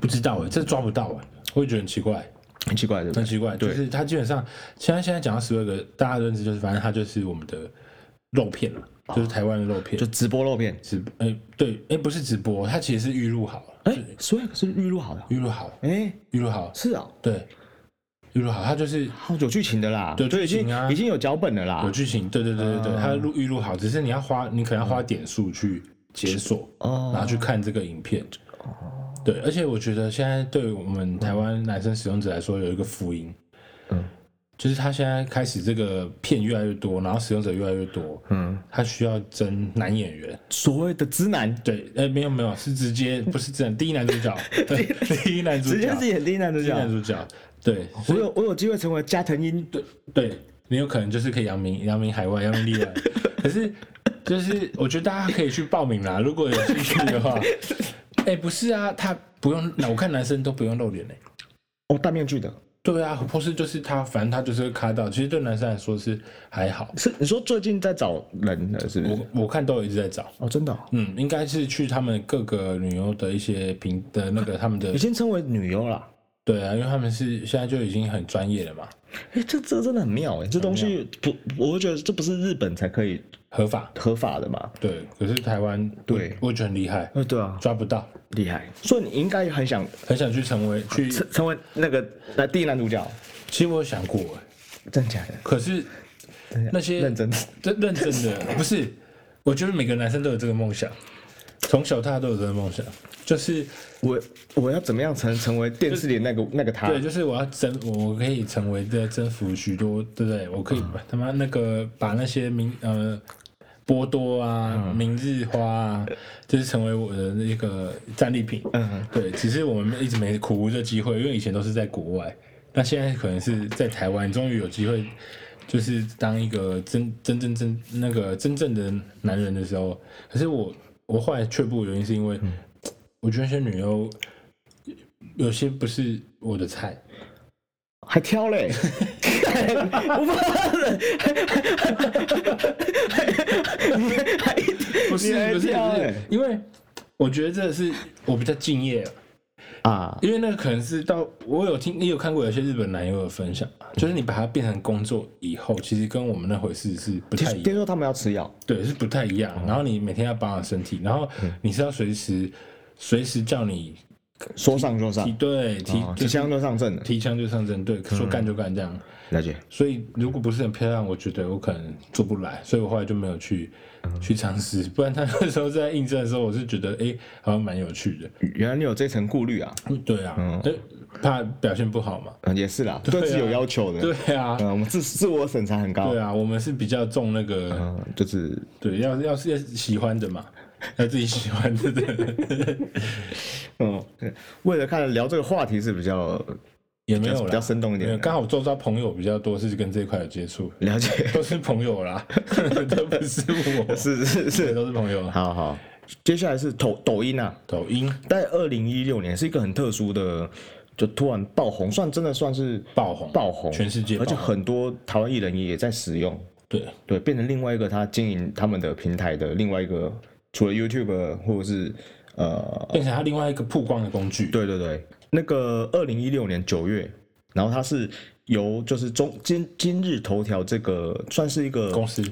[SPEAKER 2] 不知道哎、这抓不到哎、我会觉得很奇怪。
[SPEAKER 1] 很奇怪，对不
[SPEAKER 2] 很
[SPEAKER 1] 对？
[SPEAKER 2] 奇怪，就
[SPEAKER 1] 对
[SPEAKER 2] 是它基本上现在现在讲到十二个，大家的认知就是，反正它就是我们的肉片了，就是台湾的肉片。
[SPEAKER 1] 就直播肉片，
[SPEAKER 2] 直哎、对哎、不是直播，它其实是预录好了，
[SPEAKER 1] 哎、s w a g 是预录好的，
[SPEAKER 2] 预录好，
[SPEAKER 1] 哎、
[SPEAKER 2] 预录好，
[SPEAKER 1] 是啊、
[SPEAKER 2] 对，预录好，它就是
[SPEAKER 1] 好有剧情的啦，
[SPEAKER 2] 有
[SPEAKER 1] 就
[SPEAKER 2] 剧
[SPEAKER 1] 已
[SPEAKER 2] 情
[SPEAKER 1] 经、
[SPEAKER 2] 啊
[SPEAKER 1] 已经有脚本的
[SPEAKER 2] 有
[SPEAKER 1] 啦。
[SPEAKER 2] 剧情，对对对对对，它录预录好，只是你要花，你可能要花点数去解锁，哦
[SPEAKER 1] 哦
[SPEAKER 2] 然后去看这个影片。对，而且我觉得现在对我们台湾男生使用者来说有一个福音，
[SPEAKER 1] 嗯
[SPEAKER 2] 就是他现在开始这个片越来越多，然后使用者越来越多，
[SPEAKER 1] 嗯，
[SPEAKER 2] 他需要争男演员。
[SPEAKER 1] 所谓的直男，
[SPEAKER 2] 对，哎、没有没有，是直接不是真的第一男主 角，对，第一男主
[SPEAKER 1] 直接
[SPEAKER 2] 角，
[SPEAKER 1] 是演第一男主
[SPEAKER 2] 第一
[SPEAKER 1] 角。
[SPEAKER 2] 男主角，对，
[SPEAKER 1] 我
[SPEAKER 2] 所以
[SPEAKER 1] 有我有机会成为加藤鹰，
[SPEAKER 2] 对对，你有可能就是可以扬名扬名海外，扬名立万。可是就是我觉得大家可以去报名啦，如果有兴趣的话。哎、不是啊，他不用，那我看男生都不用露脸嘞、
[SPEAKER 1] 哦，戴面具的。
[SPEAKER 2] 对啊，或是就是他，反正他就是会卡到。其实对男生来说是还好，
[SPEAKER 1] 是你说最近在找人了，是不是？
[SPEAKER 2] 我我看都有一直在找。
[SPEAKER 1] 哦，真的哦、
[SPEAKER 2] 嗯，应该是去他们各个旅游的一些平的那个他们的
[SPEAKER 1] 已经称为女优啦。
[SPEAKER 2] 对啊，因为他们是现在就已经很专业了嘛，
[SPEAKER 1] 哎、这这真的很妙哎、这东西不，我会觉得这不是日本才可以
[SPEAKER 2] 合法。
[SPEAKER 1] 合法的嘛？
[SPEAKER 2] 对，可是台湾
[SPEAKER 1] 对
[SPEAKER 2] 我我觉得很厉害，
[SPEAKER 1] 呃，对啊，
[SPEAKER 2] 抓不到，
[SPEAKER 1] 厉害。所以你应该很想
[SPEAKER 2] 很想去成为去。
[SPEAKER 1] 成成为那个那第一男主角，
[SPEAKER 2] 其实我有想过欸，
[SPEAKER 1] 真假的？
[SPEAKER 2] 可是那些
[SPEAKER 1] 哎认真的
[SPEAKER 2] 真认真的不是，我觉得每个男生都有这个梦想，从小他都有这个梦想，就是
[SPEAKER 1] 我我要怎么样才能成为电视里那个那个他？
[SPEAKER 2] 对，就是我要征，我可以成为的征服许多，对不对？我
[SPEAKER 1] 嗯
[SPEAKER 2] 可以他妈那个把那些名呃波多啊、
[SPEAKER 1] 嗯
[SPEAKER 2] 明日花啊，就是成为我的那个战利品。
[SPEAKER 1] 嗯，
[SPEAKER 2] 对，只是我们一直没苦无这机会，因为以前都是在国外，那现在可能是在台湾，终于有机会，就是当一个真真正真那个真正的男人的时候。可是我我后来却步，原因是因
[SPEAKER 1] 嗯
[SPEAKER 2] 为、我觉得那些女优有些不是我 的菜，
[SPEAKER 1] 还挑 嘞，我不你还
[SPEAKER 2] 不是
[SPEAKER 1] 你还
[SPEAKER 2] 不是
[SPEAKER 1] 挑
[SPEAKER 2] 不
[SPEAKER 1] 欸
[SPEAKER 2] 是，因为我觉得这是我比较敬业了。
[SPEAKER 1] 啊，
[SPEAKER 2] 因为那个可能是到我有听，你有看过有些日本男友的分享嘛，就是你把它变成工作以后，其实跟我们那回事是不
[SPEAKER 1] 听
[SPEAKER 2] 太一
[SPEAKER 1] 听
[SPEAKER 2] 样，
[SPEAKER 1] 说他们要吃药，
[SPEAKER 2] 对，是不太一样。然后你每天要保养身体，然后你是要随时随时叫你
[SPEAKER 1] 说上就上
[SPEAKER 2] 提，对提
[SPEAKER 1] 哦
[SPEAKER 2] 就嗯
[SPEAKER 1] 提
[SPEAKER 2] 是
[SPEAKER 1] 枪就上阵了，
[SPEAKER 2] 提枪就上阵，对，说干就干这样。
[SPEAKER 1] 了解。
[SPEAKER 2] 所以如果不是很漂亮，我觉得我可能做不来，所以我后来就没有去去尝试。不然他那时候在应征的时候，我是觉得哎、好像蛮有趣的，
[SPEAKER 1] 原来你有这层顾虑啊，
[SPEAKER 2] 对啊，哎、怕表现不好嘛。
[SPEAKER 1] 嗯，也是啦，
[SPEAKER 2] 对啊
[SPEAKER 1] 对自己有要求的，
[SPEAKER 2] 对啊，
[SPEAKER 1] 嗯，我们自自我审查很高，
[SPEAKER 2] 对啊，我们是比较重那个，
[SPEAKER 1] 嗯，就是
[SPEAKER 2] 对，要要是要喜欢的嘛， 要自己喜欢 的，对
[SPEAKER 1] 嗯，为了看聊这个话题是比较
[SPEAKER 2] 也没有啦，
[SPEAKER 1] 比较生动一点
[SPEAKER 2] 没有刚好周遭朋友比较多，是跟这一块有接触，
[SPEAKER 1] 了解，
[SPEAKER 2] 都是朋友啦， 都不是 我，
[SPEAKER 1] 是是
[SPEAKER 2] 对，
[SPEAKER 1] 是，
[SPEAKER 2] 都是朋友。
[SPEAKER 1] 好好，接下来是抖抖音啊，
[SPEAKER 2] 抖音
[SPEAKER 1] 在二零一六年是一个很特殊的，就突然爆红，算真的算是
[SPEAKER 2] 爆红，
[SPEAKER 1] 爆红，
[SPEAKER 2] 全世界爆
[SPEAKER 1] 而且
[SPEAKER 2] 红，
[SPEAKER 1] 很多台湾艺人也在使用，
[SPEAKER 2] 对，
[SPEAKER 1] 对，变成另外一个他经营他们的平台的另外一个，除了 YouTube 或者是呃，
[SPEAKER 2] 变成他另外一个曝光的工具。
[SPEAKER 1] 对对对，那个二零一六年九月，然后他是由就是中今今日头条这个算是一个
[SPEAKER 2] 公司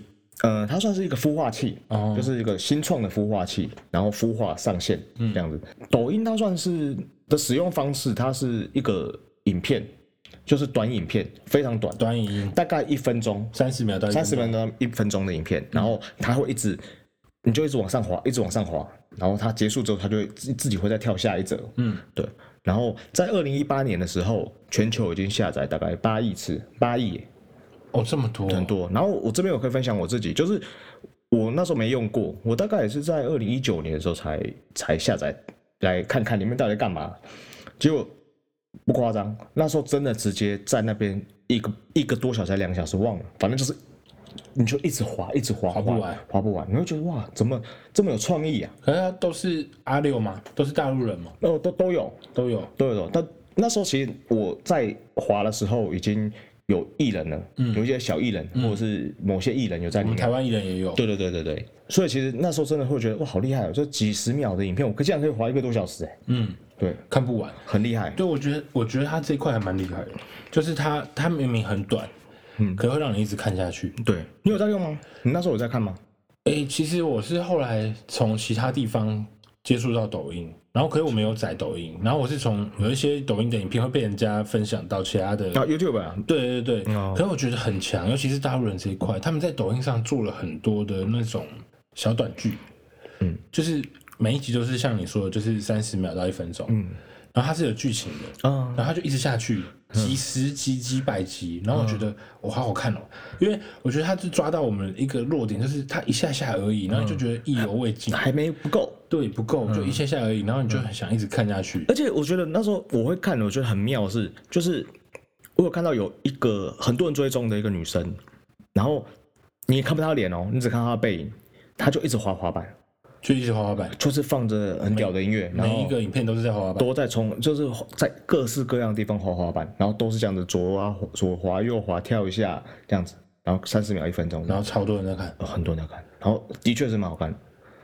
[SPEAKER 1] 呃，它算是一个孵化器，
[SPEAKER 2] 哦
[SPEAKER 1] 就是一个新创的孵化器，然后孵化上线
[SPEAKER 2] 嗯
[SPEAKER 1] 这样子。抖音它算是的使用方式，它是一个影片，就是短影片，非常短，
[SPEAKER 2] 短影音
[SPEAKER 1] 大概一分钟，
[SPEAKER 2] 三十秒到一
[SPEAKER 1] 三十
[SPEAKER 2] 分
[SPEAKER 1] 分钟一分钟的影片，然后它会一直，你就一直往上滑，一直往上滑，然后它结束之后，它就会自自己会再跳下一则，嗯，对。然后在二零一八年的时候，全球已经下载大概八亿次，八亿耶
[SPEAKER 2] 哦，这么多，
[SPEAKER 1] 很多。然后我这边我可以分享我自己，就是我那时候没用过，我大概也是在二零一九年的时候才才下载来看看里面到底在干嘛。结果不夸张，那时候真的直接在那边一个一个多小时、还两个小时忘了，反正就是你就一直滑，一直滑，
[SPEAKER 2] 滑不完，
[SPEAKER 1] 滑不完，你会觉得哇，怎么这么有创意啊？
[SPEAKER 2] 可是他都是阿六嘛，都是大陆人嘛，
[SPEAKER 1] 哦，都都有，
[SPEAKER 2] 都有，
[SPEAKER 1] 对对，对但那时候其实我在滑的时候已经有艺人了，
[SPEAKER 2] 嗯
[SPEAKER 1] 有一些小艺人、或者是某些艺人有在
[SPEAKER 2] 我
[SPEAKER 1] 里
[SPEAKER 2] 们
[SPEAKER 1] 面。
[SPEAKER 2] 台湾艺人也有，
[SPEAKER 1] 嗯对对对对对，所以其实那时候真的会觉得哇，好厉害哦！这几十秒的影片，我可竟然可以滑一个多小时哎，
[SPEAKER 2] 嗯，
[SPEAKER 1] 对，
[SPEAKER 2] 看不完。
[SPEAKER 1] 很厉害。
[SPEAKER 2] 对，我觉得我觉得他这一块还蛮厉害的，就是他他明明很短，嗯，可会让你一直看下去。
[SPEAKER 1] 对你有在用吗？你那时候有在看吗？
[SPEAKER 2] 哎、其实我是后来从其他地方接触到抖音，然后可是我没有载抖音，然后我是从有一些抖音的影片会被人家分享到其他的。
[SPEAKER 1] 啊，YouTube 啊，
[SPEAKER 2] 对对对，
[SPEAKER 1] 哦
[SPEAKER 2] 可是我觉得很强，尤其是大陆人这一块，他们在抖音上做了很多的那种小短剧，
[SPEAKER 1] 嗯，
[SPEAKER 2] 就是每一集都是像你说的，就是三十秒到一分钟，嗯，然后它是有剧情的，
[SPEAKER 1] 啊，嗯
[SPEAKER 2] 然后他就一直下去，几十集、几百集，然后我觉得我好好看哦，因为我觉得他是抓到我们一个弱点，就是他一下下而已，然后就觉得意犹未尽，
[SPEAKER 1] 还没不够。
[SPEAKER 2] 对，不够，
[SPEAKER 1] 嗯
[SPEAKER 2] 就一下下而已，然后你就很想一直看下去。
[SPEAKER 1] 而且我觉得那时候我会看，我觉得很妙的是，就是我有看到有一个很多人追踪的一个女生，然后你也看不到她脸哦，你只看到她的背影，她就一直滑滑板，
[SPEAKER 2] 就一直滑滑板，
[SPEAKER 1] 就是放着很屌的音乐，然后
[SPEAKER 2] 每一个影片都是在滑滑板，
[SPEAKER 1] 都在冲，就是在各式各样的地方滑滑板，然后都是这样子左啊左滑右滑跳一下这样子，然后三十秒一分钟，然
[SPEAKER 2] 然
[SPEAKER 1] 后、
[SPEAKER 2] 后超多人在看。
[SPEAKER 1] 呃很多人要看，然后的确是蛮好看的。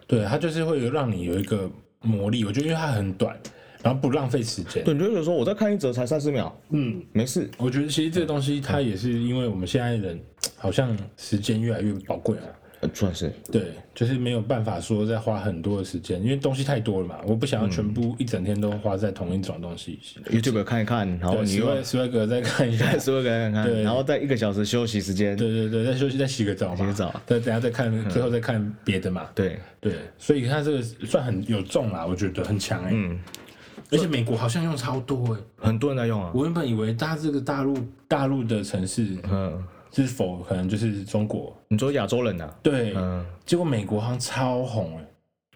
[SPEAKER 2] 对，他就是会有让你有一个魔力，我觉得因为它很短，然后不浪费时间。
[SPEAKER 1] 对，你就觉得说我在看一则才三十秒，嗯，没事，
[SPEAKER 2] 我觉得其实这个东西它也是因为我们现在人好像时间越来越宝贵了。
[SPEAKER 1] 呃算是
[SPEAKER 2] 对，就是没有办法说再花很多的时间，因为东西太多了嘛，我不想要
[SPEAKER 1] 嗯
[SPEAKER 2] 全部一整天都花在同一种东西。
[SPEAKER 1] YouTube 看一 看，然后
[SPEAKER 2] 对，
[SPEAKER 1] 哦你
[SPEAKER 2] 十
[SPEAKER 1] 又
[SPEAKER 2] 位十位哥再看一 下，
[SPEAKER 1] 看十二个人看看，
[SPEAKER 2] 对
[SPEAKER 1] 然后再一个小时休息时间，
[SPEAKER 2] 对对对，再休息，再洗个澡嘛，
[SPEAKER 1] 洗个澡嗯
[SPEAKER 2] 再等下再看，最后再看别的嘛。
[SPEAKER 1] 对，
[SPEAKER 2] 对，所以他这个算很有中啦，我觉得很强哎、嗯，而且美国好像用超多哎、
[SPEAKER 1] 很多人在用啊，
[SPEAKER 2] 我原本以为大这个大陆大陆的城市
[SPEAKER 1] 嗯，
[SPEAKER 2] 是否可能就是中国，
[SPEAKER 1] 你说亚洲人啊，
[SPEAKER 2] 对，
[SPEAKER 1] 嗯，
[SPEAKER 2] 结果美国好像超红哎、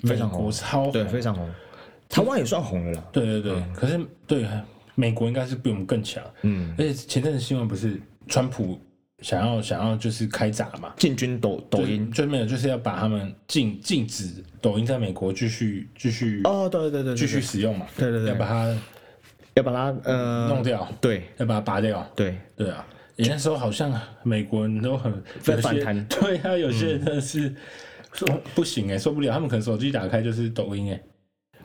[SPEAKER 1] 非常红
[SPEAKER 2] 美国超红，
[SPEAKER 1] 对，非嗯常红，台湾也算红了啦，
[SPEAKER 2] 对对对，可是对美国应该是比我们更强，
[SPEAKER 1] 嗯，
[SPEAKER 2] 而且前阵子新闻不是川普想要想要就是开闸嘛，
[SPEAKER 1] 进军抖抖音，
[SPEAKER 2] 就是没有就是要把他们禁禁止抖音在美国继续继续
[SPEAKER 1] 哦，对对对，对
[SPEAKER 2] 继续
[SPEAKER 1] 对
[SPEAKER 2] 使用嘛，
[SPEAKER 1] 对对对
[SPEAKER 2] 要把它
[SPEAKER 1] 要把它呃
[SPEAKER 2] 弄掉，
[SPEAKER 1] 对
[SPEAKER 2] 要把它拔掉，
[SPEAKER 1] 对，
[SPEAKER 2] 对啊。你那时候好像美国人都很
[SPEAKER 1] 在
[SPEAKER 2] 有些
[SPEAKER 1] 反弹
[SPEAKER 2] 对啊，有些人真的是说不行哎、受不了，他们可能手机打开就是抖音哎、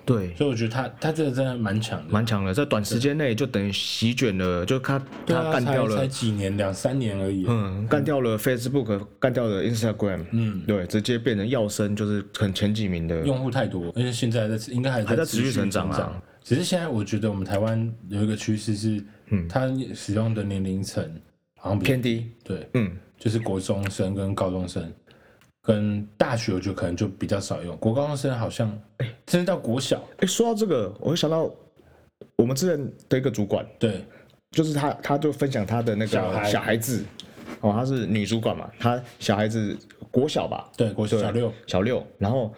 [SPEAKER 1] 对，
[SPEAKER 2] 所以我觉得他他这个真的蛮强的，
[SPEAKER 1] 蛮强的，在短时间内就等于席卷了，就他
[SPEAKER 2] 对
[SPEAKER 1] 他
[SPEAKER 2] 啊，
[SPEAKER 1] 干掉
[SPEAKER 2] 才才
[SPEAKER 1] 了，
[SPEAKER 2] 几年，两三年而已、
[SPEAKER 1] 嗯，干掉了 Facebook，干掉了 Instagram，
[SPEAKER 2] 嗯
[SPEAKER 1] 对，直接变成药生，就是很前几名的，
[SPEAKER 2] 用户太多，而且现在在应该还
[SPEAKER 1] 还在
[SPEAKER 2] 持
[SPEAKER 1] 持续
[SPEAKER 2] 成
[SPEAKER 1] 成长啊
[SPEAKER 2] 只是现在我觉得我们台湾有一个趋势是，它使用的年龄层好像比
[SPEAKER 1] 嗯
[SPEAKER 2] 较
[SPEAKER 1] 偏低，
[SPEAKER 2] 对，
[SPEAKER 1] 嗯，
[SPEAKER 2] 就是国中生跟高中生。跟大学，我觉得可能就比较少用。国高中生好像，甚至到国小，
[SPEAKER 1] 哎、说到这个，我会想到我们之前的一个主管，
[SPEAKER 2] 对，
[SPEAKER 1] 就是他，他就分享他的那
[SPEAKER 2] 小
[SPEAKER 1] 个
[SPEAKER 2] 孩
[SPEAKER 1] 小孩子，哦，她是女主管嘛，她小孩子国小吧，
[SPEAKER 2] 对，国小
[SPEAKER 1] 对
[SPEAKER 2] 小六
[SPEAKER 1] 小六，然后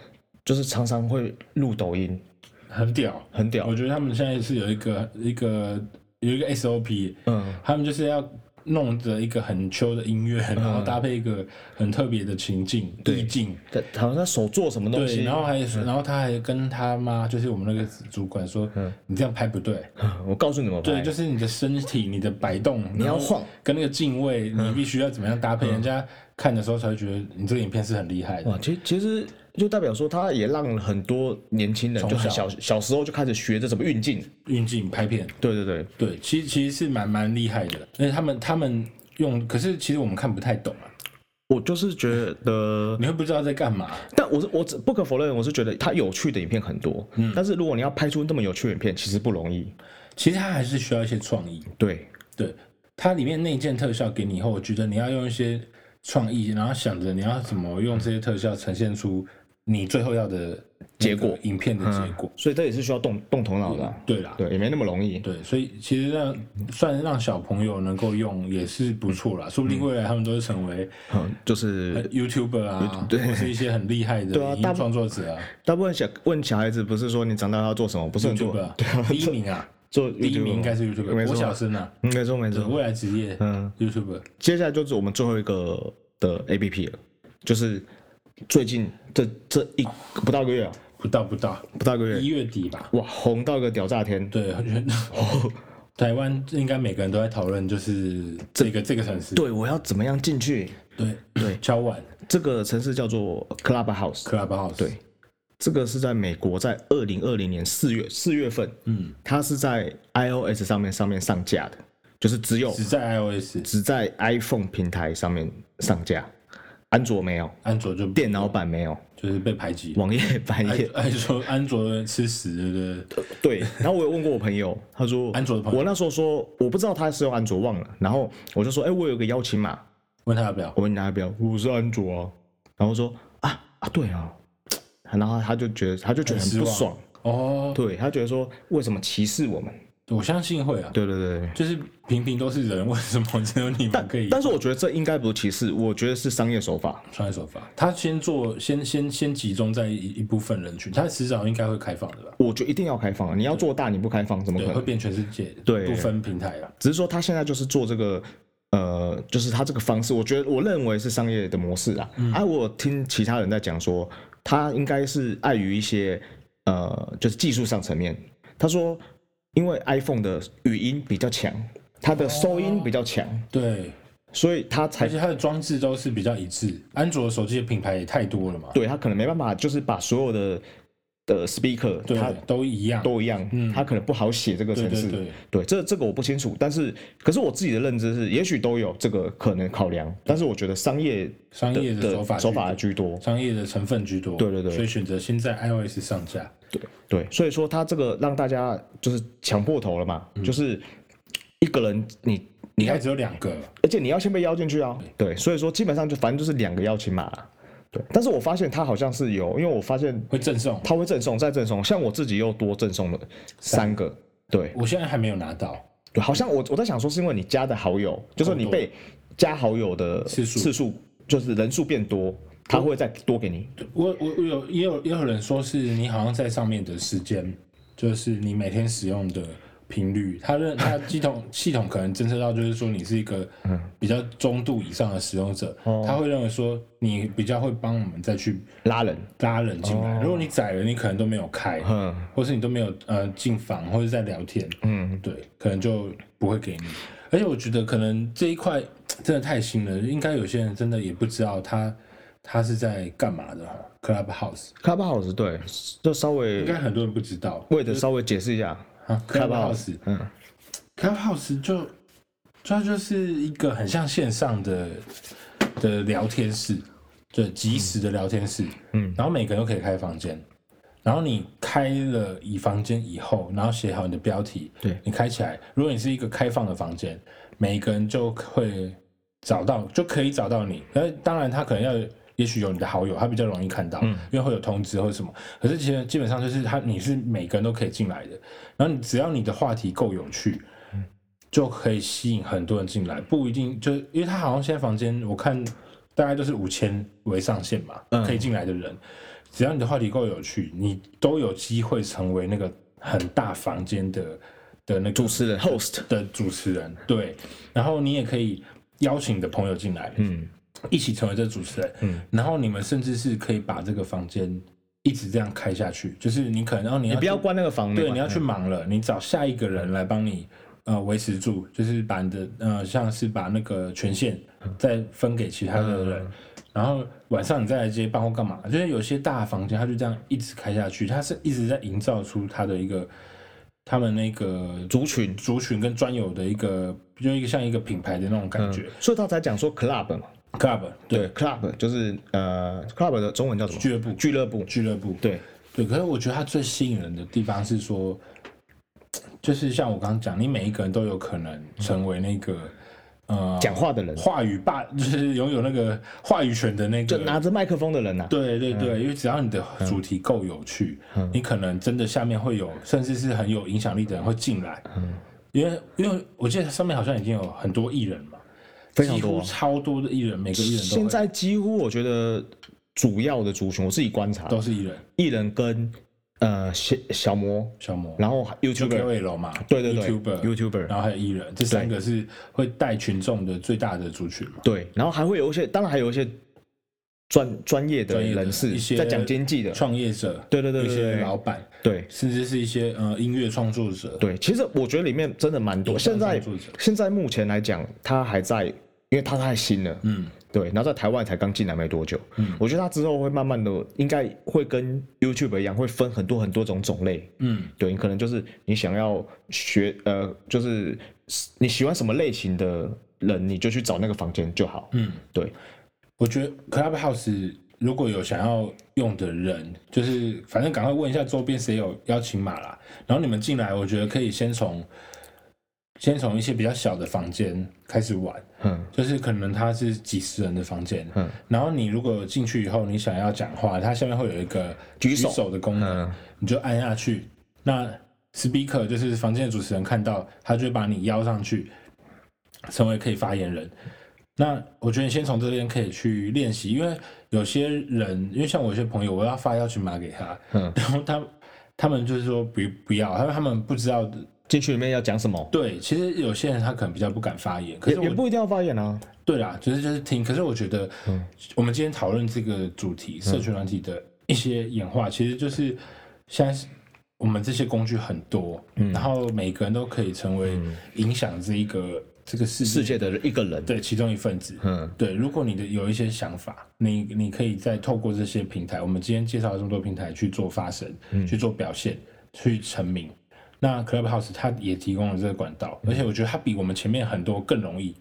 [SPEAKER 1] 就是常常会录抖音，
[SPEAKER 2] 很屌，
[SPEAKER 1] 很屌
[SPEAKER 2] 我，觉得他们现在是有一个一个有一个 SOP，
[SPEAKER 1] 嗯，
[SPEAKER 2] 他们就是要弄着一个很秋的音乐，然后搭配一个很特别的情境、意境。
[SPEAKER 1] 他好像在手做什么东
[SPEAKER 2] 对，
[SPEAKER 1] 西，嗯
[SPEAKER 2] 然后还然后他还跟他妈，就是我们那个主管说，
[SPEAKER 1] 嗯
[SPEAKER 2] 你这样拍不对，
[SPEAKER 1] 我告诉你们，
[SPEAKER 2] 对，就是你的身体、你的摆动，你
[SPEAKER 1] 要晃，嗯
[SPEAKER 2] 跟那个敬畏，你必须要怎么样搭配，人家看的时候才会觉得你这个影片是很厉害的
[SPEAKER 1] 哇，。其实其实就代表说，他也让很多年轻人，就很小小时候就开始学着怎么运镜。
[SPEAKER 2] 运镜拍片，
[SPEAKER 1] 对对对，
[SPEAKER 2] 对，其实其实是蛮蛮厉害的，而且他们他们用，可是其实我们看不太懂啊，
[SPEAKER 1] 我就是觉得，
[SPEAKER 2] 你会不知道在干嘛。
[SPEAKER 1] 但我是我只不可否认，我是觉得他有趣的影片很多，但是如果你要拍出那么有趣的影片，其实不容易。
[SPEAKER 2] 其实它还是需要一些创意，
[SPEAKER 1] 对，
[SPEAKER 2] 对，它里面内建特效给你以后，我觉得你要用一些创意，然后想着你要怎么用这些特效呈现出你最后要的
[SPEAKER 1] 结果，
[SPEAKER 2] 影片的结果。
[SPEAKER 1] 所以这也是需要动动头脑的啊、
[SPEAKER 2] 对啦，
[SPEAKER 1] 对，也没那么容易。
[SPEAKER 2] 对，所以其实让算让小朋友能够用也是不错啦，说不定未来他们都会成为
[SPEAKER 1] 嗯，就是
[SPEAKER 2] 呃 YouTuber 啊，
[SPEAKER 1] 对
[SPEAKER 2] 或是一些很厉害的
[SPEAKER 1] 对啊
[SPEAKER 2] 影
[SPEAKER 1] 大
[SPEAKER 2] 音
[SPEAKER 1] 部
[SPEAKER 2] 创作者啊
[SPEAKER 1] 大部分小问小孩子不是说你长大要做什么，不是很做
[SPEAKER 2] ，YouTuber 啊第一名啊，
[SPEAKER 1] 做
[SPEAKER 2] 第一
[SPEAKER 1] YouTuber
[SPEAKER 2] 名应该是
[SPEAKER 1] 吗没
[SPEAKER 2] YouTuber，
[SPEAKER 1] 错
[SPEAKER 2] 国小生啊，
[SPEAKER 1] 没错没
[SPEAKER 2] 对
[SPEAKER 1] 错。
[SPEAKER 2] 未来职业
[SPEAKER 1] 嗯
[SPEAKER 2] YouTuber，
[SPEAKER 1] 接下来就是我们最后一个的 A P P 了，就是最近这这一不到一个月啊，
[SPEAKER 2] 不到不到
[SPEAKER 1] 不到一个
[SPEAKER 2] 一
[SPEAKER 1] 月，
[SPEAKER 2] 月底吧，
[SPEAKER 1] 哇，红到一个屌炸天！
[SPEAKER 2] 对，我觉得
[SPEAKER 1] 哦
[SPEAKER 2] 台湾应该每个人都在讨论，就是这个这个城市，
[SPEAKER 1] 对我要怎么样进去？
[SPEAKER 2] 对
[SPEAKER 1] 对
[SPEAKER 2] 敲碗
[SPEAKER 1] 这个城市叫做 Clubhouse，
[SPEAKER 2] Clubhouse，
[SPEAKER 1] 对，这个是在美国，在二零二零年四月四月份，
[SPEAKER 2] 嗯，
[SPEAKER 1] 它是在 iOS 上面上面上架的，就是只有
[SPEAKER 2] 只在 iOS，
[SPEAKER 1] 只在 iPhone 平台上面上架，安卓没有，
[SPEAKER 2] 安卓就
[SPEAKER 1] 电脑版没有，
[SPEAKER 2] 就是被排挤，
[SPEAKER 1] 网页版也
[SPEAKER 2] 安安卓安卓吃屎，对不对？
[SPEAKER 1] 对，然后我有问过我朋友，他说
[SPEAKER 2] 安卓的朋友
[SPEAKER 1] 我那时候说我不知道他是用安卓忘了，然后我就说，哎、我有个邀请码，
[SPEAKER 2] 问他要不要？
[SPEAKER 1] 我问他要不要，我是安卓啊，然后说啊啊对啊，然后他就觉得他就觉得
[SPEAKER 2] 很
[SPEAKER 1] 很
[SPEAKER 2] 失
[SPEAKER 1] 不
[SPEAKER 2] 望
[SPEAKER 1] 爽，
[SPEAKER 2] 哦，
[SPEAKER 1] 对他觉得说为什么歧视我们？
[SPEAKER 2] 我相信会啊，
[SPEAKER 1] 对对对对。
[SPEAKER 2] 就是平平都是人，为什么只有你们可以
[SPEAKER 1] 但是我觉得这应该不是歧视，我觉得是商业手法。
[SPEAKER 2] 穿手法？他先做，先先先集中在一一部分人群，他迟早应该会开放的吧？
[SPEAKER 1] 我觉得一定要开放啊！你要做大，你不开放怎么可
[SPEAKER 2] 对，
[SPEAKER 1] 能
[SPEAKER 2] 会？变全世界，
[SPEAKER 1] 对
[SPEAKER 2] 不分平台啊。
[SPEAKER 1] 只是说他现在就是做这个，呃，就是他这个方式，我觉得我认为是商业的模式啊。
[SPEAKER 2] 嗯
[SPEAKER 1] 啊，我有听其他人在讲说，他应该是碍于一些呃，就是技术上层面。他说，因为 iPhone 的语音比较强，它的收音比较强，
[SPEAKER 2] 对，
[SPEAKER 1] 所以他才
[SPEAKER 2] 而且它的装置都是比较一致。安卓的手机的品牌也太多了嘛，
[SPEAKER 1] 对他可能没办法，就是把所有的的 speaker，
[SPEAKER 2] 对
[SPEAKER 1] 他，
[SPEAKER 2] 都一样，
[SPEAKER 1] 都一样，他可能不好写这个城市。
[SPEAKER 2] 对对对
[SPEAKER 1] 这这个我不清楚，但是可是我自己的认知是，也许都有这个可能考量，但是我觉得商业
[SPEAKER 2] 商业的
[SPEAKER 1] 的
[SPEAKER 2] 手法居
[SPEAKER 1] 手法
[SPEAKER 2] 多
[SPEAKER 1] 居多。
[SPEAKER 2] 商业的成分居多，
[SPEAKER 1] 对对对
[SPEAKER 2] 所以选择先在 iOS 上架，
[SPEAKER 1] 对对，所以说他这个让大家就是抢破头了嘛，就是一个人你
[SPEAKER 2] 你还只有两个，
[SPEAKER 1] 而且你要先被邀进去啊。对，所以说基本上就反正就是两个邀请码啊。对，但是我发现他好像是有，因为我发现
[SPEAKER 2] 会赠送。
[SPEAKER 1] 他会赠送再赠送，像我自己又多赠送了三个。对，
[SPEAKER 2] 我现在还没有拿到，
[SPEAKER 1] 对好像我我在想说是因为你加的好友，就是你被加好友的
[SPEAKER 2] 次数
[SPEAKER 1] 次数就是人数变多，他会再多给你。
[SPEAKER 2] 我我我有也有也有人说是你好像在上面的时间，就是你每天使用的频率，它认它系统系统可能侦测到，就是说你是一个比较中度以上的使用者，它会认为说你比较会帮我们再去
[SPEAKER 1] 拉人，
[SPEAKER 2] 拉人进来。如果你载了，你可能都没有开，
[SPEAKER 1] 嗯
[SPEAKER 2] 或是你都没有呃进房或者在聊天，
[SPEAKER 1] 嗯，
[SPEAKER 2] 对，可能就不会给你。而且我觉得可能这一块真的太新了，应该有些人真的也不知道他他是在干嘛的哈。Clubhouse
[SPEAKER 1] 开 u 好 b 对，就稍
[SPEAKER 2] 应
[SPEAKER 1] 微
[SPEAKER 2] 该很多人不知道
[SPEAKER 1] 为了稍微解释一下
[SPEAKER 2] 啊。
[SPEAKER 1] 开 u b
[SPEAKER 2] Clubhouse
[SPEAKER 1] 嗯
[SPEAKER 2] Clubhouse 就就它就是一个很像线上的的聊天室，对，即时的聊天室，嗯，然后每个人都可以开房间。然后你开了以房间以后，然后写好你的标题，
[SPEAKER 1] 对
[SPEAKER 2] 你开起来。如果你是一个开放的房间，每一个人就会找到，就可以找到你。那当然，他可能要，也许有你的好友，他比较容易看到，因为会有通知或什么。可是其实基本上就是他，你是每个人都可以进来的。然后你只要你的话题够有趣，就可以吸引很多人进来。不一定就因为他好像现在房间我看大概都是五千为上限嘛，可以进来的人，只要你的话题够有趣，你都有机会成为那个很大房间的的那个
[SPEAKER 1] 主持人 host，
[SPEAKER 2] 的主持人，对，然后你也可以邀请你的朋友进来，嗯，一起成为这个主持人，嗯，然后你们甚至是可以把这个房间一直这样开下去，就是你可能，哦然后你要
[SPEAKER 1] 你不要
[SPEAKER 2] 去
[SPEAKER 1] 关那个房门嘛，
[SPEAKER 2] 对，你要去忙了，你找下一个人来帮你呃维持住，就是把你的呃像是把那个权限再分给其他的人，然后晚上你再来接班或干嘛，就是有些大房间它就这样一直开下去，它是一直在营造出它的一个他们那个
[SPEAKER 1] 族群，
[SPEAKER 2] 族群跟专有的一个，就一个像一个品牌的那种感觉、
[SPEAKER 1] 所以他才讲说 club 嘛，
[SPEAKER 2] c l u b 对
[SPEAKER 1] 嗯对 club 就是呃 club 的中文叫什么？
[SPEAKER 2] 俱乐部
[SPEAKER 1] 俱乐部，
[SPEAKER 2] 俱乐部，
[SPEAKER 1] 对，
[SPEAKER 2] 对，可是我觉得它最吸引人的地方是说，就是像我刚刚讲，你每一个人都有可能成为那个呃
[SPEAKER 1] 讲话的人，
[SPEAKER 2] 话语霸，就是拥有那个话语权的那
[SPEAKER 1] 就
[SPEAKER 2] 个。
[SPEAKER 1] 拿着麦克风的人呐，啊
[SPEAKER 2] 对对对，因为只要你的
[SPEAKER 1] 嗯
[SPEAKER 2] 主题够有趣，你可能真的下面会有，甚至是很有影响力的人会进来。
[SPEAKER 1] 嗯
[SPEAKER 2] 因为因为我记得上面好像已经有很多艺人嘛，
[SPEAKER 1] 非常多
[SPEAKER 2] 几乎超多的艺人，每个艺人都会
[SPEAKER 1] 现在几乎我觉得主要的族群，我自己观察，
[SPEAKER 2] 都是艺人，
[SPEAKER 1] 艺人跟呃小小魔，
[SPEAKER 2] 小魔，
[SPEAKER 1] 然后
[SPEAKER 2] 就
[SPEAKER 1] YouTuber，
[SPEAKER 2] KOL 嘛，
[SPEAKER 1] 对对对
[SPEAKER 2] YouTuber
[SPEAKER 1] YouTuber
[SPEAKER 2] 然后还有艺人，这三个是会带群众的最大的族群嘛。
[SPEAKER 1] 对，然后还会有一些，当然还有一些专专业的
[SPEAKER 2] 专业的
[SPEAKER 1] 人
[SPEAKER 2] 一
[SPEAKER 1] 士
[SPEAKER 2] 些
[SPEAKER 1] 在讲经济的，
[SPEAKER 2] 创业者，
[SPEAKER 1] 对对对对对
[SPEAKER 2] 一些
[SPEAKER 1] 对
[SPEAKER 2] 老板，
[SPEAKER 1] 对
[SPEAKER 2] 甚至是一些呃音乐创作者，
[SPEAKER 1] 对，其实我觉得里面真的蛮多。
[SPEAKER 2] 影像
[SPEAKER 1] 现在
[SPEAKER 2] 创作者
[SPEAKER 1] 现在目前来讲，他还在，因为他太新了，
[SPEAKER 2] 嗯，
[SPEAKER 1] 对，然后在台湾才刚进来没多久，我觉得他之后会慢慢的，应该会跟 YouTube 一样，会分很多很多种种类，
[SPEAKER 2] 嗯，
[SPEAKER 1] 对你可能就是你想要学，呃，就是你喜欢什么类型的人，你就去找那个房间就好。
[SPEAKER 2] 嗯，
[SPEAKER 1] 对，
[SPEAKER 2] 我觉得 Clubhouse 如果有想要用的人，就是反正赶快问一下周边谁有邀请码啦。然后你们进来，我觉得可以先从先从一些比较小的房间开始玩，
[SPEAKER 1] 嗯
[SPEAKER 2] 就是可能它是几十人的房间，
[SPEAKER 1] 嗯
[SPEAKER 2] 然后你如果进去以后，你想要讲话，它下面会有一个
[SPEAKER 1] 举手
[SPEAKER 2] 手的功能，
[SPEAKER 1] 嗯
[SPEAKER 2] 你就按下去。那 speaker 就是房间的主持人看到，他就会把你邀上去，成为可以发言人。那我觉得你先从这边可以去练习，因为有些人，因为像我有些朋友，我要发邀请码给他，
[SPEAKER 1] 嗯
[SPEAKER 2] 然后他他们就是说不不要，他们他们不知道。
[SPEAKER 1] 进去里面要讲什么，
[SPEAKER 2] 对，其实有些人他可能比较不敢发言，可
[SPEAKER 1] 也
[SPEAKER 2] 是我
[SPEAKER 1] 也不一定要发言啊。
[SPEAKER 2] 对啦，就是就是听。可是我觉得，我们今天讨论这个主题，社群软体的一些演化，其实就是现在是我们这些工具很多，然后每个人都可以成为影响这一个这个世
[SPEAKER 1] 世界
[SPEAKER 2] 界
[SPEAKER 1] 的一个人，
[SPEAKER 2] 对其中一份子。
[SPEAKER 1] 嗯，
[SPEAKER 2] 对，如果你的有一些想法，你你可以再透过这些平台，我们今天介绍了这么多平台去做发声、
[SPEAKER 1] 嗯
[SPEAKER 2] 去做表现、去成名。那 Clubhouse 它也提供了这个管道，
[SPEAKER 1] 嗯
[SPEAKER 2] 而且我觉得它比我们前面很多更容易。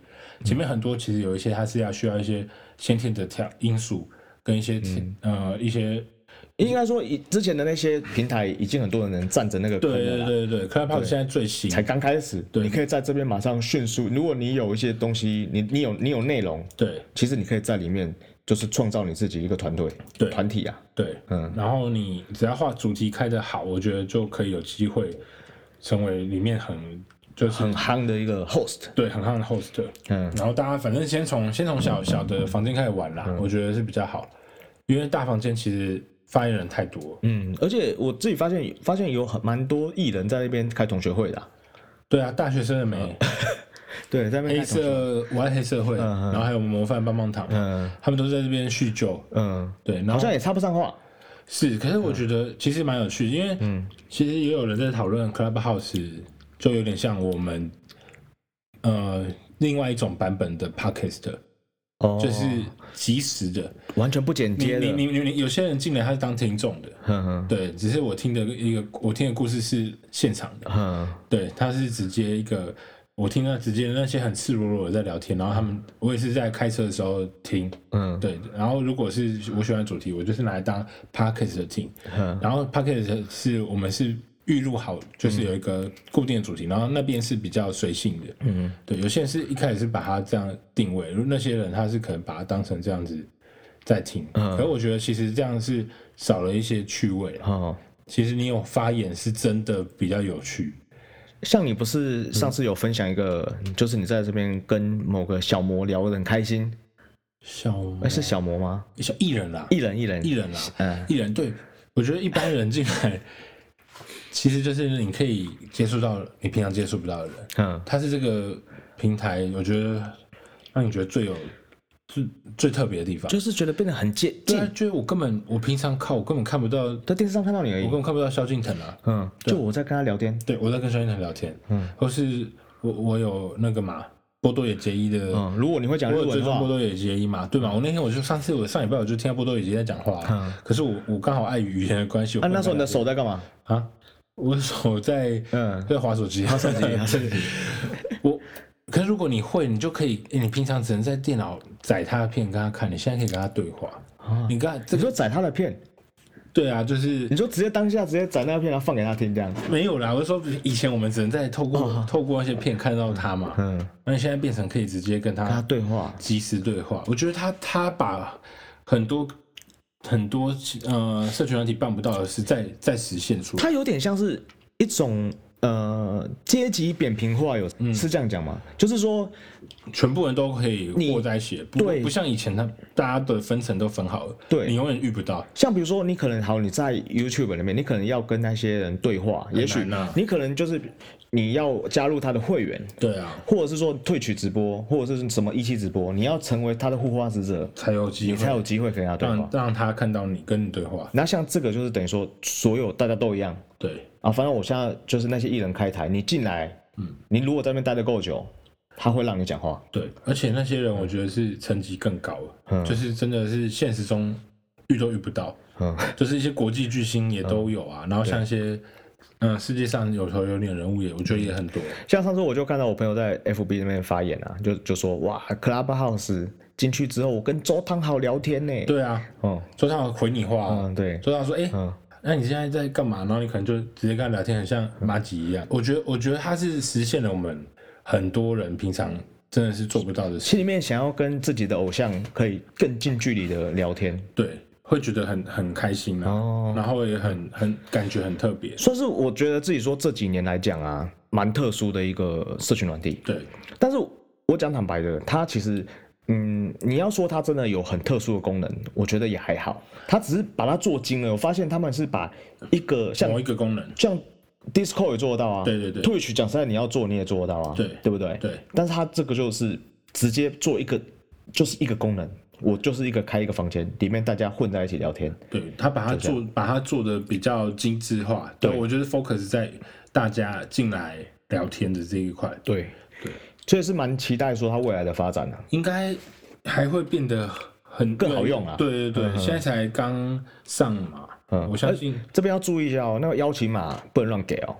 [SPEAKER 2] 前面很多其实有一些它是要需要一些先天的条因素跟一些
[SPEAKER 1] 嗯
[SPEAKER 2] 天、呃一些
[SPEAKER 1] 应该说以之前的那些平台已经很多人能站着那个坑
[SPEAKER 2] 对
[SPEAKER 1] 了
[SPEAKER 2] 对
[SPEAKER 1] 啦。
[SPEAKER 2] 对对，Clubhouse 现在最新，
[SPEAKER 1] 才刚开始，
[SPEAKER 2] 对
[SPEAKER 1] 你可以在这边马上迅速。如果你有一些东西，你你有你有内容，
[SPEAKER 2] 对
[SPEAKER 1] 其实你可以在里面就是创造你自己一个团队、
[SPEAKER 2] 对
[SPEAKER 1] 团体啊。
[SPEAKER 2] 对，
[SPEAKER 1] 嗯
[SPEAKER 2] 嗯，然后你只要画主题开的好，我觉得就可以有机会成为里面很就是
[SPEAKER 1] 很夯的一个 host，
[SPEAKER 2] 对，很夯的 host。
[SPEAKER 1] 嗯，
[SPEAKER 2] 然后大家反正先从先从小小的房间开始玩啦，我觉得是比较好，因为大房间其实发言人太多。
[SPEAKER 1] 嗯，而且我自己发现，发现有很蛮多艺人在那边开同学会的啊、
[SPEAKER 2] 对啊，大学生的美，
[SPEAKER 1] 嗯对，在那边
[SPEAKER 2] 黑
[SPEAKER 1] 开同学
[SPEAKER 2] 社玩黑社会，然后还有模范棒棒糖，
[SPEAKER 1] 嗯
[SPEAKER 2] 他们都在这边叙旧。
[SPEAKER 1] 嗯，
[SPEAKER 2] 对，然
[SPEAKER 1] 好
[SPEAKER 2] 后
[SPEAKER 1] 像也插不上话，
[SPEAKER 2] 是，可是我觉得其实蛮有趣，因为
[SPEAKER 1] 嗯
[SPEAKER 2] 其实也有人在讨论 Clubhouse，就有点像我们呃另外一种版本的 Podcast，
[SPEAKER 1] 哦
[SPEAKER 2] 就是即时的。
[SPEAKER 1] 完全不剪
[SPEAKER 2] 你
[SPEAKER 1] 接的，
[SPEAKER 2] 你你你你有些人进来他是当听众的，
[SPEAKER 1] 哼哼
[SPEAKER 2] 对，只是我听的一个我听的故事是现场的，
[SPEAKER 1] 哼，
[SPEAKER 2] 对，他是直接一个我听到直接那些很赤裸裸的在聊天，然后他们我也是在开车的时候听，
[SPEAKER 1] 嗯
[SPEAKER 2] 对，然后如果是我喜欢的主题，我就是拿来当 podcast 的听，
[SPEAKER 1] 哼，
[SPEAKER 2] 然后 podcast 是我们是预录好，就是有一个固定的主题，然后那边是比较随性的，
[SPEAKER 1] 嗯，
[SPEAKER 2] 对，有些人是一开始是把它这样定位，如那些人他是可能把它当成这样子在听，
[SPEAKER 1] 嗯
[SPEAKER 2] 可我觉得其实这样是少了一些趣味啊。
[SPEAKER 1] 哦。
[SPEAKER 2] 其实你有发言是真的比较有趣，
[SPEAKER 1] 像你不
[SPEAKER 2] 嗯
[SPEAKER 1] 是上次有分享一个，就是你在这边跟某个小魔聊得很开心，
[SPEAKER 2] 小
[SPEAKER 1] 哎、是小魔吗？
[SPEAKER 2] 小艺人啦，
[SPEAKER 1] 艺人，艺人，
[SPEAKER 2] 哦艺人啦，
[SPEAKER 1] 嗯
[SPEAKER 2] 艺人对，我觉得一般人进来， 其实就是你可以接触到你平常接触不到的人，
[SPEAKER 1] 嗯
[SPEAKER 2] 他是这个平台，我觉得让你觉得最有最最特别的地方。
[SPEAKER 1] 就是觉得变得很接
[SPEAKER 2] 对
[SPEAKER 1] 近
[SPEAKER 2] 啊，，就是我根本我平常靠我根本看不到，我
[SPEAKER 1] 在电视上看到你而
[SPEAKER 2] 根
[SPEAKER 1] 已。
[SPEAKER 2] 本看不到萧敬腾啊。
[SPEAKER 1] 嗯，就我在跟他聊天，
[SPEAKER 2] 对，我在跟萧敬腾聊天，
[SPEAKER 1] 嗯
[SPEAKER 2] 或是我我有那个嘛波多野结衣的
[SPEAKER 1] 嗯，如果你会讲
[SPEAKER 2] 我
[SPEAKER 1] 日
[SPEAKER 2] 有
[SPEAKER 1] 文
[SPEAKER 2] 追
[SPEAKER 1] 的
[SPEAKER 2] 踪波
[SPEAKER 1] 话，
[SPEAKER 2] 多野结衣嘛，对嘛？我那天我就上次我上礼拜我就听到波多野结衣在讲话，
[SPEAKER 1] 嗯
[SPEAKER 2] 可是我我刚好碍于语言的关系，我
[SPEAKER 1] 啊，那时候你的
[SPEAKER 2] 没办
[SPEAKER 1] 手在干嘛？
[SPEAKER 2] 法啊，我的手在
[SPEAKER 1] 嗯
[SPEAKER 2] 在滑 手机，滑手机， 我。可是如果你会，你就可以。诶你平常只能在电脑载他的片跟他看，你现在可以跟他对话。
[SPEAKER 1] 啊
[SPEAKER 2] 你跟他 这
[SPEAKER 1] 你
[SPEAKER 2] 个
[SPEAKER 1] 就载他的片，
[SPEAKER 2] 对啊，就是
[SPEAKER 1] 你就直接当下直接载那个片，然后放给他听，这样。
[SPEAKER 2] 没有啦。我是说以前我们只能在透过、透过那些片看到他嘛，
[SPEAKER 1] 啊嗯，
[SPEAKER 2] 那你现在变成可以直接跟他
[SPEAKER 1] 跟他对话，
[SPEAKER 2] 即时对话。我觉得他他把很多很多呃社群团体办不到的事再再实现出来。
[SPEAKER 1] 它有点像是一种呃阶级扁平化，有
[SPEAKER 2] 嗯
[SPEAKER 1] 是这样讲吗？就是说，
[SPEAKER 2] 全部人都可以握在一起，不
[SPEAKER 1] 对
[SPEAKER 2] 不像以前他大家的分层都分好了，
[SPEAKER 1] 对
[SPEAKER 2] 你永远遇不到。
[SPEAKER 1] 像比如说，你可能好，你在 YouTube 里面，你可能要跟那些人对话，也许
[SPEAKER 2] 难啊
[SPEAKER 1] 你可能就是你要加入他的会员，
[SPEAKER 2] 对啊，
[SPEAKER 1] 或者是说退取直播，或者是什么一期直播，你要成为他的护花使者，
[SPEAKER 2] 才有机
[SPEAKER 1] 你才
[SPEAKER 2] 会
[SPEAKER 1] 有机会跟他对
[SPEAKER 2] 让
[SPEAKER 1] 话。
[SPEAKER 2] 让他看到你跟你对话。
[SPEAKER 1] 那像这个就是等于说，所有大家都一样
[SPEAKER 2] 对，
[SPEAKER 1] 啊，反正我现在就是那些艺人开台，你进来，嗯，你如果在那边待得够久，他会让你讲话，
[SPEAKER 2] 对，而且那些人我觉得是层级更高了，
[SPEAKER 1] 嗯
[SPEAKER 2] 就是真的是现实中遇都遇不到，
[SPEAKER 1] 嗯
[SPEAKER 2] 就是一些国际巨星也都有啊，然后像一些嗯世界上有头有脸人物也我觉得也很多，
[SPEAKER 1] 像上次我就看到我朋友在 FB 那边发言啊，就就说哇，Clubhouse 进去之后，我跟周汤豪聊天呢。，
[SPEAKER 2] 对啊，
[SPEAKER 1] 哦，
[SPEAKER 2] 周汤豪回你话、啊，
[SPEAKER 1] 嗯，对，
[SPEAKER 2] 周汤豪说哎。
[SPEAKER 1] 嗯
[SPEAKER 2] 那你现在在干嘛？然后你可能就直接跟他聊天，很像马吉一样。我觉得，我觉得他是实现了我们很多人平常真的是做不到的事。
[SPEAKER 1] 心里面想要跟自己的偶像可以更近距离的聊天，
[SPEAKER 2] 对，会觉得很很开心啊，
[SPEAKER 1] 哦
[SPEAKER 2] 然后也很很感觉很特别。
[SPEAKER 1] 算是我觉得自己说这几年来讲啊，蛮特殊的一个社群软体。
[SPEAKER 2] 对，
[SPEAKER 1] 但是我讲坦白的，它其实。嗯，你要说它真的有很特殊的功能，我觉得也还好。它只是把它做精了，我发现他们是把一个像
[SPEAKER 2] 某一个功能，
[SPEAKER 1] 像 Discord 也做得到啊，
[SPEAKER 2] 对对对
[SPEAKER 1] ，Twitch 讲实在你要做你也做得到啊，
[SPEAKER 2] 对
[SPEAKER 1] 对不对？
[SPEAKER 2] 对，
[SPEAKER 1] 但是它这个就是直接做一个，就是一个功能，我就是一个开一个房间，里面大家混在一起聊天，
[SPEAKER 2] 对他把它做把它做的比较精致化。对
[SPEAKER 1] 对
[SPEAKER 2] 我觉得 focus 在大家进来聊天的这一块。
[SPEAKER 1] 对对。所以是蛮期待说它未来的发展的、啊
[SPEAKER 2] 应该还会变得很
[SPEAKER 1] 更好用啊嗯
[SPEAKER 2] 对对对，现在才刚上嘛，我
[SPEAKER 1] 哎
[SPEAKER 2] 相信
[SPEAKER 1] 这边要注意一下哦，那个邀请码不能乱给哦。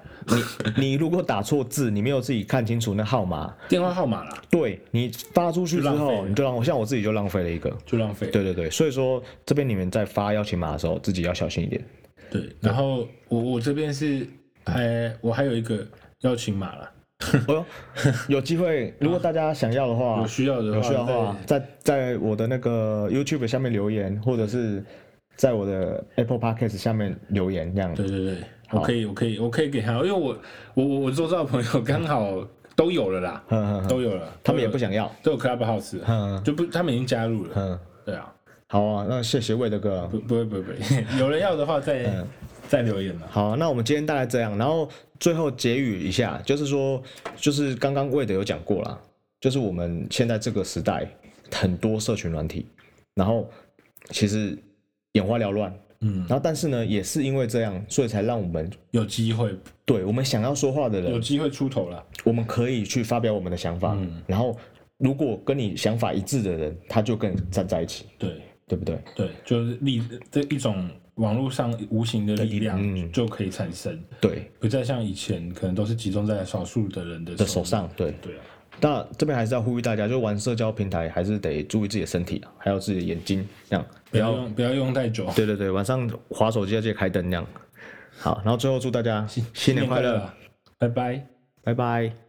[SPEAKER 1] 你你 如果打错字，你没有自己看清楚那号码，
[SPEAKER 2] 电话号码啦，
[SPEAKER 1] 对你发出去之
[SPEAKER 2] 就浪费
[SPEAKER 1] 后，
[SPEAKER 2] 了
[SPEAKER 1] 你就浪，我像我自己就浪费了一个。
[SPEAKER 2] 就浪费。
[SPEAKER 1] 对对对，所以说这边你们在发邀请码的时候，自己要小心一 点。
[SPEAKER 2] 对，然后我我这边是，哎，我还有一个邀请码啦，
[SPEAKER 1] 哦，有机会，如果大家想要的话，
[SPEAKER 2] 有需要的话
[SPEAKER 1] 啊有需要的话，在在我的那个 YouTube 下面留言，或者是在我的 Apple Podcast 下面留言，这样
[SPEAKER 2] 对对对，我可以，我可以，我可以给他，因为我我我我周遭的朋友刚好都有了啦，
[SPEAKER 1] 嗯嗯嗯
[SPEAKER 2] 都有了，
[SPEAKER 1] 他们也不
[SPEAKER 2] 想
[SPEAKER 1] 想要。
[SPEAKER 2] 都有 Clubhouse，
[SPEAKER 1] 嗯
[SPEAKER 2] 就不他们已经加入了，
[SPEAKER 1] 嗯，
[SPEAKER 2] 对啊，
[SPEAKER 1] 好啊，那谢谢魏德哥。
[SPEAKER 2] 不不会不会不会， 有人要的话
[SPEAKER 1] 嗯
[SPEAKER 2] 再再留言啦。
[SPEAKER 1] 好啊、那我们今天大概这样，然后最后结语一下，就是说，就是刚刚魏德有讲过啦，就是我们现在这个时代很多社群软体，然后其实眼花缭乱，
[SPEAKER 2] 嗯，
[SPEAKER 1] 然后但是呢，也是因为这样，所以才让我们
[SPEAKER 2] 有机会
[SPEAKER 1] 对我们想要说话的
[SPEAKER 2] 有
[SPEAKER 1] 人，
[SPEAKER 2] 机会出头啦。
[SPEAKER 1] 我们可以去发表我们的想法，然后如果跟你想法一致的人，他就跟你站在一起，
[SPEAKER 2] 对
[SPEAKER 1] 对不对？
[SPEAKER 2] 对，就是力这一种网络上无形的力量
[SPEAKER 1] 嗯
[SPEAKER 2] 就可以产生，
[SPEAKER 1] 对
[SPEAKER 2] 不再像以前可能都是集中在少数的人的
[SPEAKER 1] 的手。上，对。
[SPEAKER 2] 对啊，
[SPEAKER 1] 那这边还是要呼吁大家，就玩社交平台还是得注意自己的身体啊，还有自己的眼睛，这样
[SPEAKER 2] 不要用不要用太久。
[SPEAKER 1] 对对对，晚上划手机要记得开灯，这样。好，然后最后祝大家新年快乐，
[SPEAKER 2] 拜拜。
[SPEAKER 1] 拜拜。